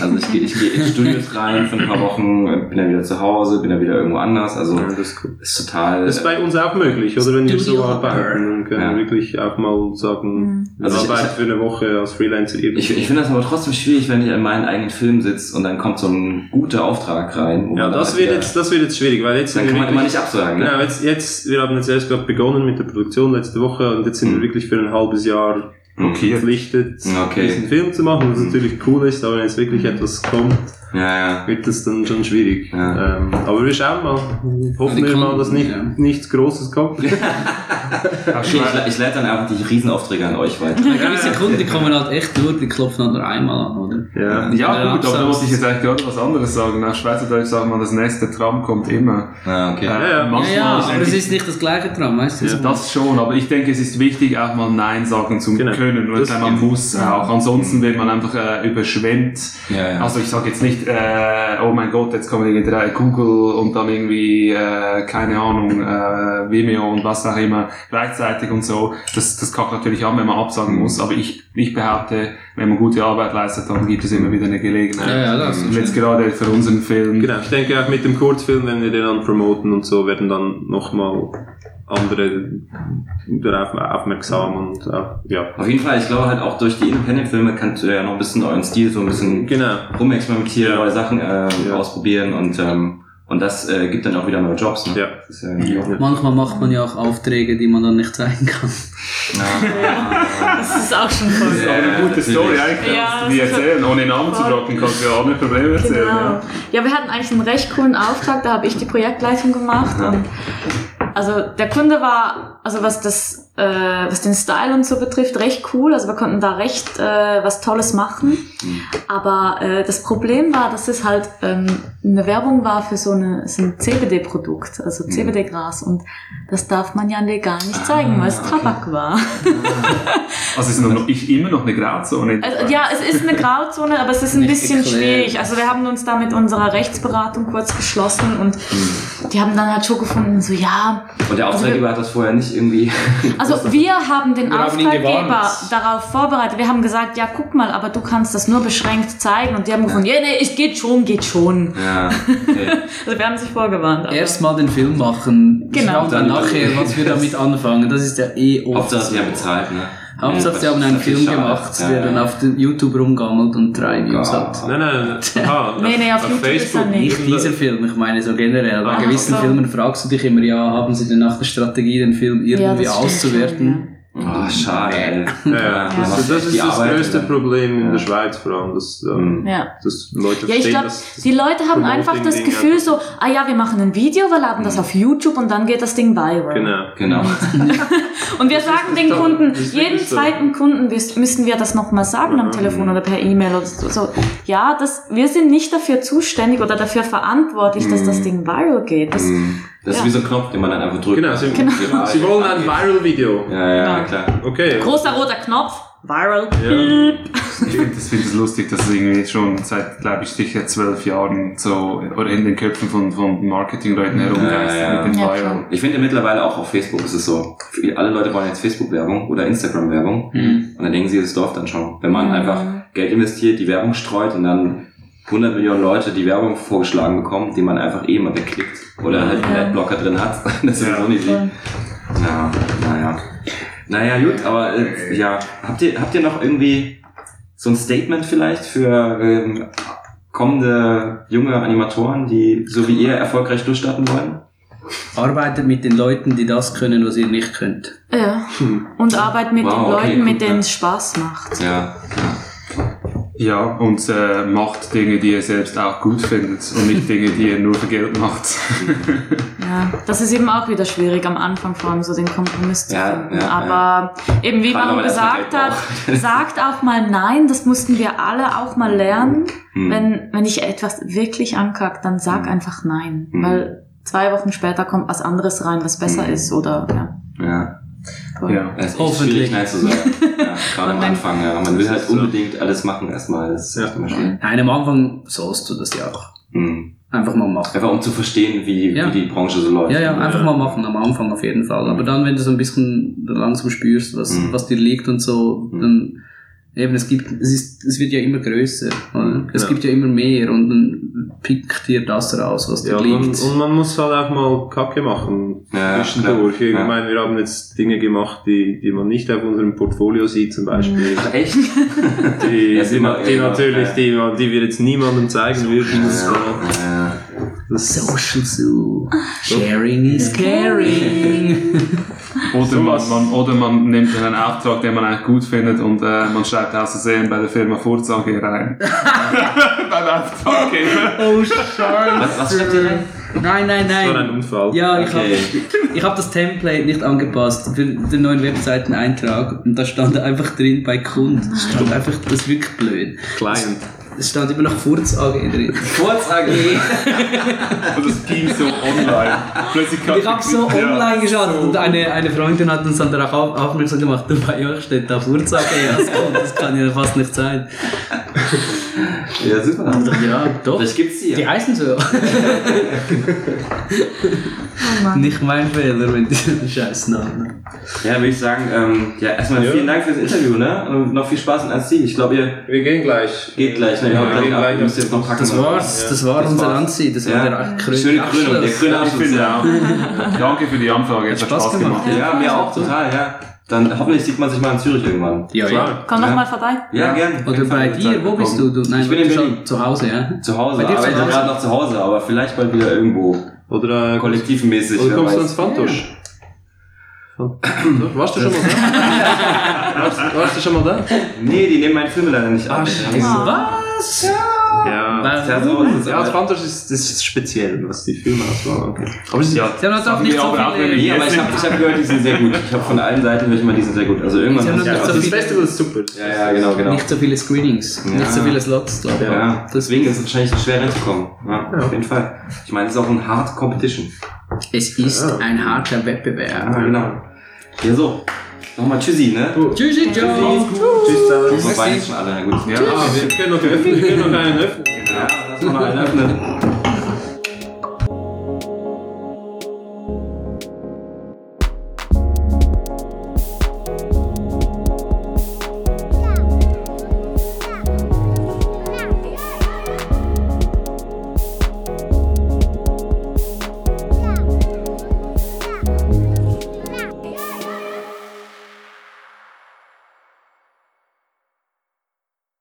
S1: Also ich gehe ich gehe in Studios rein für ein paar Wochen, äh, bin dann wieder zu Hause, bin dann wieder irgendwo anders. Also
S6: Ja, das ist cool.
S1: ist total.
S6: Das ist bei uns auch möglich, oder? Wenn wir so
S4: Studio
S6: arbeiten, dann können
S1: Ja.
S6: wir wirklich auch mal sagen,
S3: Hm.
S6: wir
S1: Also ich-
S6: arbeiten für eine Woche als Freelancer irgendwie.
S1: ich ich finde das aber trotzdem schwierig, wenn ich in meinen eigenen Film sitze und dann kommt so ein guter Auftrag rein. wo
S6: ja,
S1: man dann
S6: das
S1: halt
S6: wird
S1: wieder-
S6: jetzt, das wird jetzt schwierig, weil jetzt
S1: Dann
S6: sind
S1: kann
S6: wir
S1: man immer
S6: wirklich,
S1: nicht absagen. Ne?
S6: genau, jetzt, jetzt, wir haben jetzt erst gerade begonnen mit der Produktion letzte Woche und jetzt sind
S1: Mhm.
S6: wir wirklich für ein halbes Jahr
S2: Blockiert.
S6: verpflichtet,
S1: Okay.
S6: diesen Film zu machen, was
S1: Mhm.
S6: natürlich cool ist, aber wenn jetzt wirklich etwas kommt,
S1: Ja, ja.
S6: wird das dann schon schwierig.
S1: Ja. Also
S6: Ähm, aber wir schauen mal. Hoffen
S4: Die
S6: wir
S4: kommen,
S6: mal, dass nicht,
S4: ja.
S6: nichts Großes kommt.
S2: Hast du
S1: Okay, ich, le- ich leite dann einfach die Riesenaufträge an euch weiter.
S4: ja. Gewisse Kunden die kommen halt echt nur, die klopfen halt nur einmal an, oder?
S2: ja,
S6: Ja.
S2: gut, aber da
S4: Absatz.
S2: wollte ich jetzt eigentlich gerade was anderes sagen. Auf Schweizerdeutsch sagt man, das nächste Tram kommt immer.
S1: Ja, Ah, okay.
S2: Äh,
S6: ja.
S4: Ja,
S2: manchmal
S4: ja, aber
S2: denke
S4: es
S2: ich-
S4: ist nicht das gleiche dran, weißt du?
S2: Also Das schon, aber ich denke, es ist wichtig, auch mal Nein sagen zu
S6: Genau.
S2: können, weil
S6: Das
S2: man muss auch. Ansonsten wird man einfach äh, überschwemmt.
S1: Ja, ja.
S2: Also ich sage jetzt nicht, äh, oh mein Gott, jetzt kommen irgendwie drei Google und dann irgendwie, äh, keine Ahnung, äh, Vimeo und was auch immer gleichzeitig und so. Das, das kackt natürlich an, wenn man absagen muss, aber ich, ich behaupte, wenn man gute Arbeit leistet, dann gibt es immer wieder eine Gelegenheit.
S4: Ja, ja, das
S2: und
S4: ist
S2: jetzt
S4: schön.
S2: gerade für unseren Film.
S6: Genau, ich denke auch mit dem Kurzfilm, wenn wir den dann promoten und so, werden dann nochmal andere darauf aufmerksam und auch, ja.
S1: Auf jeden Fall, ich glaube halt auch durch die Independent-Filme kannst du ja noch ein bisschen euren Stil so ein bisschen
S6: Genau.
S1: rumexperimentieren, neue Sachen äh,
S6: Ja.
S1: ausprobieren und, ähm, und das äh, gibt dann auch wieder neue Jobs. Ne?
S6: Ja.
S1: Das ist ja irgendwie auch-
S4: Manchmal macht man ja auch Aufträge, die man dann nicht zeigen kann.
S1: Ja.
S3: Das ist auch schon voll.
S2: Das ist aber eine gute
S1: natürlich.
S2: Story eigentlich,
S3: Ja,
S2: die
S3: das ist
S2: erzählen. Ohne Namen zu
S3: voll.
S2: droppen, kannst du ja ohne Probleme erzählen.
S3: Genau.
S2: Ja.
S3: Ja, wir hatten eigentlich einen recht coolen Auftrag, da habe ich die Projektleitung gemacht.
S1: Ja.
S3: Und also der Kunde war, also was das, äh, was den Style und so betrifft, recht cool. Also wir konnten da recht äh, was Tolles machen.
S1: Mhm.
S3: Aber äh, das Problem war, dass es halt ähm, eine Werbung war für so, eine, so ein CBD-Produkt, also
S1: Mhm.
S3: CBD-Gras. Und das darf man ja legal nicht zeigen,
S1: Ah,
S3: weil es
S1: okay.
S3: Tabak war.
S2: Also es ist nur noch, ich, immer noch eine Grauzone.
S3: Also, ja, es ist eine Grauzone, aber es ist ein
S4: Nicht
S3: bisschen
S4: geklärt.
S3: schwierig. Also wir haben uns da mit unserer Rechtsberatung kurz
S2: Hm.
S3: geschlossen und die haben dann halt schon gefunden, so ja,
S1: Und der
S3: Also wir-
S1: Auftraggeber hat das vorher nicht irgendwie.
S3: Also wir haben den
S4: Wir haben ihn
S3: Auftraggeber
S4: gewarnt.
S3: darauf vorbereitet. Wir haben gesagt, ja guck mal, aber du kannst das nur beschränkt zeigen. Und die haben gefunden, ja, nee, ich geht schon, geht schon.
S1: Ja, okay.
S3: Also wir haben sich vorgewarnt. aber-
S4: Erstmal den Film machen.
S3: Genau.
S4: Schaut dann nachher, was wir damit anfangen. Das ist ja eh oft.
S1: Hauptsache, sie haben bezahlt, ne?
S4: Hauptsache, sie haben
S1: Das
S4: um einen
S1: ist
S4: Film
S1: schade.
S4: gemacht,
S1: Ja,
S4: der
S1: ja. Oh
S4: dann auf den YouTube rumgammelt und drei Views hat.
S5: Gott.
S6: Nein, nein, nein. Aha,
S3: Nee, nee, auf YouTube ist er nicht.
S4: Nicht dieser Film, ich meine so generell. Bei
S6: Ah,
S4: gewissen
S3: so.
S4: Filmen fragst du dich immer, ja, haben sie denn nach der Strategie, den Film irgendwie
S3: das stimmt
S4: auszuwerten?
S1: Oh, schade. ey.
S6: Ja,
S3: Ja.
S6: Also das ist
S1: Die
S6: das
S1: Arbeit,
S6: größte
S1: ja. Hm,
S6: Problem in
S1: Ja. Mhm.
S6: der Schweiz vor allem, dass, ähm,
S3: schon, ja.
S6: dass
S3: Ja,
S6: Leute
S3: ich
S6: verstehen,
S3: glaube,
S6: dass
S3: die Leute haben
S6: Promoting
S3: einfach das
S6: Ding
S3: Gefühl
S6: einfach-
S3: so, ah ja, wir machen ein Video, wir laden das auf YouTube und dann geht das Ding viral.
S6: Genau.
S1: Genau.
S3: Und wir sagen den
S6: doch-
S3: Kunden,
S6: das ist
S3: jeden
S6: wirklich so.
S3: zweiten Kunden wis- müssen wir das nochmal sagen am
S6: Mhm.
S3: Telefon oder per E-Mail oder so. so. Ja, das, wir sind nicht dafür zuständig oder dafür verantwortlich, dass
S6: Mhm.
S3: das Ding viral geht. Das,
S1: Mm. Das ist
S3: Ja.
S1: wie so ein Knopf, den man dann einfach drückt.
S6: Genau, sie,
S1: Genau.
S6: sie wollen ein Viral-Video.
S1: Ja, ja,
S3: Ja.
S1: klar.
S6: Okay.
S3: Großer roter Knopf, viral.
S6: Ja.
S2: Ich finde das, find das lustig, dass es irgendwie schon seit, glaube ich, sicher zwölf Jahren so oder in den Köpfen von, von Marketingleuten herumgeist
S1: Ja, ja, ja.
S2: mit dem
S3: Ja,
S2: Viral.
S1: Ich finde mittlerweile auch auf Facebook ist es so. Für- Alle Leute wollen jetzt Facebook-Werbung oder Instagram-Werbung.
S4: Hm.
S2: Mhm.
S1: Und dann denken sie, das läuft dann schon. Wenn man
S3: Mhm.
S1: einfach Geld investiert, die Werbung streut und dann 100 Millionen Leute die Werbung vorgeschlagen bekommen, die man einfach eh mal wegklickt. Oder halt einen
S3: Ja.
S1: Adblocker drin hat. Das ist
S2: Ja.
S1: so nicht sieht.
S6: Mhm.
S1: Ja, naja. Naja, gut, aber äh, ja. Habt ihr, habt ihr noch irgendwie so ein Statement vielleicht für ähm, kommende junge Animatoren, die so wie ihr erfolgreich durchstarten wollen?
S4: Arbeitet mit den Leuten, die das können, was ihr nicht könnt.
S3: Ja.
S6: Hm.
S3: Und Arbeit mit
S1: Wow,
S3: den
S1: okay,
S3: Leuten, mit
S1: gut,
S3: denen
S1: ja.
S3: es Spaß macht.
S1: Ja.
S2: Ja, und äh, macht Dinge, die ihr selbst auch gut findet und nicht Dinge, die ihr nur für Geld macht.
S3: Ja, das ist eben auch wieder schwierig am Anfang vor allem so den Kompromiss zu
S1: Ja,
S3: finden.
S1: ja, ja.
S3: Aber eben wie
S1: Vor allem,
S3: Manu
S1: wenn man erstmal
S3: gesagt
S1: Geld
S3: hat, sagt auch mal nein, das mussten wir alle auch mal lernen.
S1: Hm.
S3: Wenn, wenn ich etwas wirklich ankackt, dann sag
S1: Hm.
S3: einfach nein.
S1: Hm.
S3: Weil zwei Wochen später kommt was anderes rein, was besser
S1: Hm.
S3: ist oder ja.
S1: ja.
S3: voll.
S2: ja.
S1: Es ist echt
S4: Hoffentlich.
S1: schwierig, nein zu sagen. Ja, gerade am
S3: Und dann-
S1: Anfang, ja. Man will halt unbedingt alles machen erstmal. Das ist
S6: Ja.
S1: echt immer schwierig.
S4: Nein, am Anfang sollst du das ja auch.
S1: Hm.
S4: Einfach mal machen.
S1: Einfach um zu verstehen, wie,
S4: Ja.
S1: wie die Branche so läuft. äh,
S4: Ja, ja, einfach mal machen, am Anfang auf jeden Fall. Aber dann, wenn du so ein bisschen langsam spürst, was,
S1: Mhm.
S4: was dir liegt und so,
S1: Mhm.
S4: dann eben, es gibt, es ist, es wird ja immer größer. Oder? Es
S6: Ja.
S4: gibt ja immer mehr und dann pickt dir das raus, was dir
S6: Ja, man,
S4: liegt.
S6: und man muss halt auch mal Kacke machen.
S1: Ja,
S6: zwischendurch.
S1: klar.
S6: Ich
S1: Ja.
S6: meine, wir haben jetzt Dinge gemacht, die, die man nicht auf unserem Portfolio sieht, zum Beispiel.
S1: Echt?
S6: Die,
S1: Ja,
S6: die,
S1: immer-
S6: die
S1: immer,
S6: natürlich,
S1: ja.
S6: die, man- die wir jetzt niemandem zeigen würden. So.
S1: Ja.
S6: Das,
S4: Social Zoo. Sharing is caring.
S2: Oder, man,
S6: Sowas.
S2: man, oder man nimmt einen Auftrag, den man eigentlich gut findet und äh, man schreibt aus Versehen bei der Firma Forza AG rein. Beim Auftraggeber.
S4: oh, Scheiße.
S1: Was, was schreibt ihr denn?
S4: Nein, nein,
S6: das war ein
S4: nein.
S6: Unfall.
S4: Ja, ich
S1: Okay.
S4: hab Ich habe das Template nicht angepasst für den neuen Webseiteneintrag und da stand einfach drin bei Kund. Stand einfach, das ist wirklich blöd.
S6: Client.
S4: Es stand immer noch Furz AG drin.
S1: Kurz AG. Also
S2: Und das ging so online. Plötzlich
S4: Ich habe so online geschaut und eine, eine Freundin hat uns dann darauf auf- aufmerksam gemacht, du bei euch steht da Furz AG. als Kund. Das kann ja fast nicht sein.
S1: Ja, super.
S4: Ja, doch.
S1: Das gibt's hier.
S4: Die heißen so. nicht mein Fehler mit diesem scheiß Namen.
S1: Ja, würde ich sagen, ähm, ja, erstmal
S6: Ja.
S1: vielen Dank fürs Interview, ne? Und noch viel Spaß in Anziehen. Ich glaube, ihr
S6: Wir gehen gleich.
S1: geht gleich, ne? Ihr
S6: Ja,
S1: habt
S6: wir
S1: gleich
S6: gehen
S1: ab,
S6: gleich
S1: ihr müsst jetzt noch packen.
S4: Das war's. Das war
S1: Das
S4: unser
S1: war's.
S4: Anziehen. Das war
S1: Ja.
S4: der Krön
S1: Schöne Krönung, der
S4: Abschluss.
S1: grüne
S2: Ich
S1: Abschluss.
S2: finde
S1: Ja.
S2: auch. Danke für die Anfrage, es hat
S4: Spaß
S2: Spaß gemacht.
S4: gemacht.
S1: ja, mir auch total, ja. Dann hoffentlich sieht man sich mal in Zürich irgendwann.
S4: Ja, ja.
S3: Komm doch
S1: Ja.
S3: mal vorbei.
S1: Ja, gern.
S4: Oder
S1: Jeden Fall
S4: bei
S1: eine
S4: dir,
S1: Zeit
S4: wo bist du?
S1: bekommen.
S4: du nein,
S1: Ich bin in
S4: du bist
S1: Berlin.
S4: schon Zu Hause, ja?
S1: Zu Hause,
S4: Bei dir
S1: aber
S4: zu
S1: ich bin
S4: Hause?
S1: gerade noch zu Hause, aber vielleicht bald wieder irgendwo.
S6: Oder, äh,
S1: Kollektivmäßig.
S6: oder
S1: wer
S6: kommst du
S1: weiß.
S6: ans Fantosch? Fantosch? Warst du schon mal da? warst, warst du schon mal da?
S1: Nee, die nehmen meine Filme leider nicht
S4: Ah,
S1: an.
S4: Was?
S6: Ja.
S1: Ja, so ist es.
S6: Ja, das
S1: aber-
S6: Fantosch ist, das ist speziell, was die Filmauswahl angeht.
S2: Aber es ist ja.
S4: Sie haben natürlich
S2: Sagen
S4: nicht
S2: wir
S4: so
S2: aber auch,
S4: viele-
S2: wenn wir
S1: Nee,
S2: hier
S1: aber ich
S2: sind.
S1: habe ich hab gehört, die sind sehr gut. Ich habe von allen Seiten höre ich mal, die sind sehr gut. Also irgendwann
S4: Sie haben
S1: muss ich
S4: das
S1: auch-
S6: Also
S4: so
S6: das
S4: viele-
S6: Festival ist super.
S1: Ja, ja, genau, genau.
S4: Nicht so viele Screenings,
S1: Ja.
S4: nicht so viele Slots, glaube ich.
S1: Ja, deswegen ist es wahrscheinlich so schwer reinzukommen. Ja,
S6: Ja.
S1: auf jeden Fall. Ich meine, es ist auch ein Hard Competition.
S4: Es ist
S6: Ja.
S4: ein harter Wettbewerb.
S1: Ja, genau. Ja, so. Nochmal Tschüssi, ne?
S4: Tschüssi, Joe!
S6: Tschüss, Sarah.
S1: Wir waren jetzt schon alle, na gut.
S2: Ja.
S6: Ah, wir können noch öffnen, wir können noch einen öffnen.
S1: Ja, lass mal noch einen öffnen.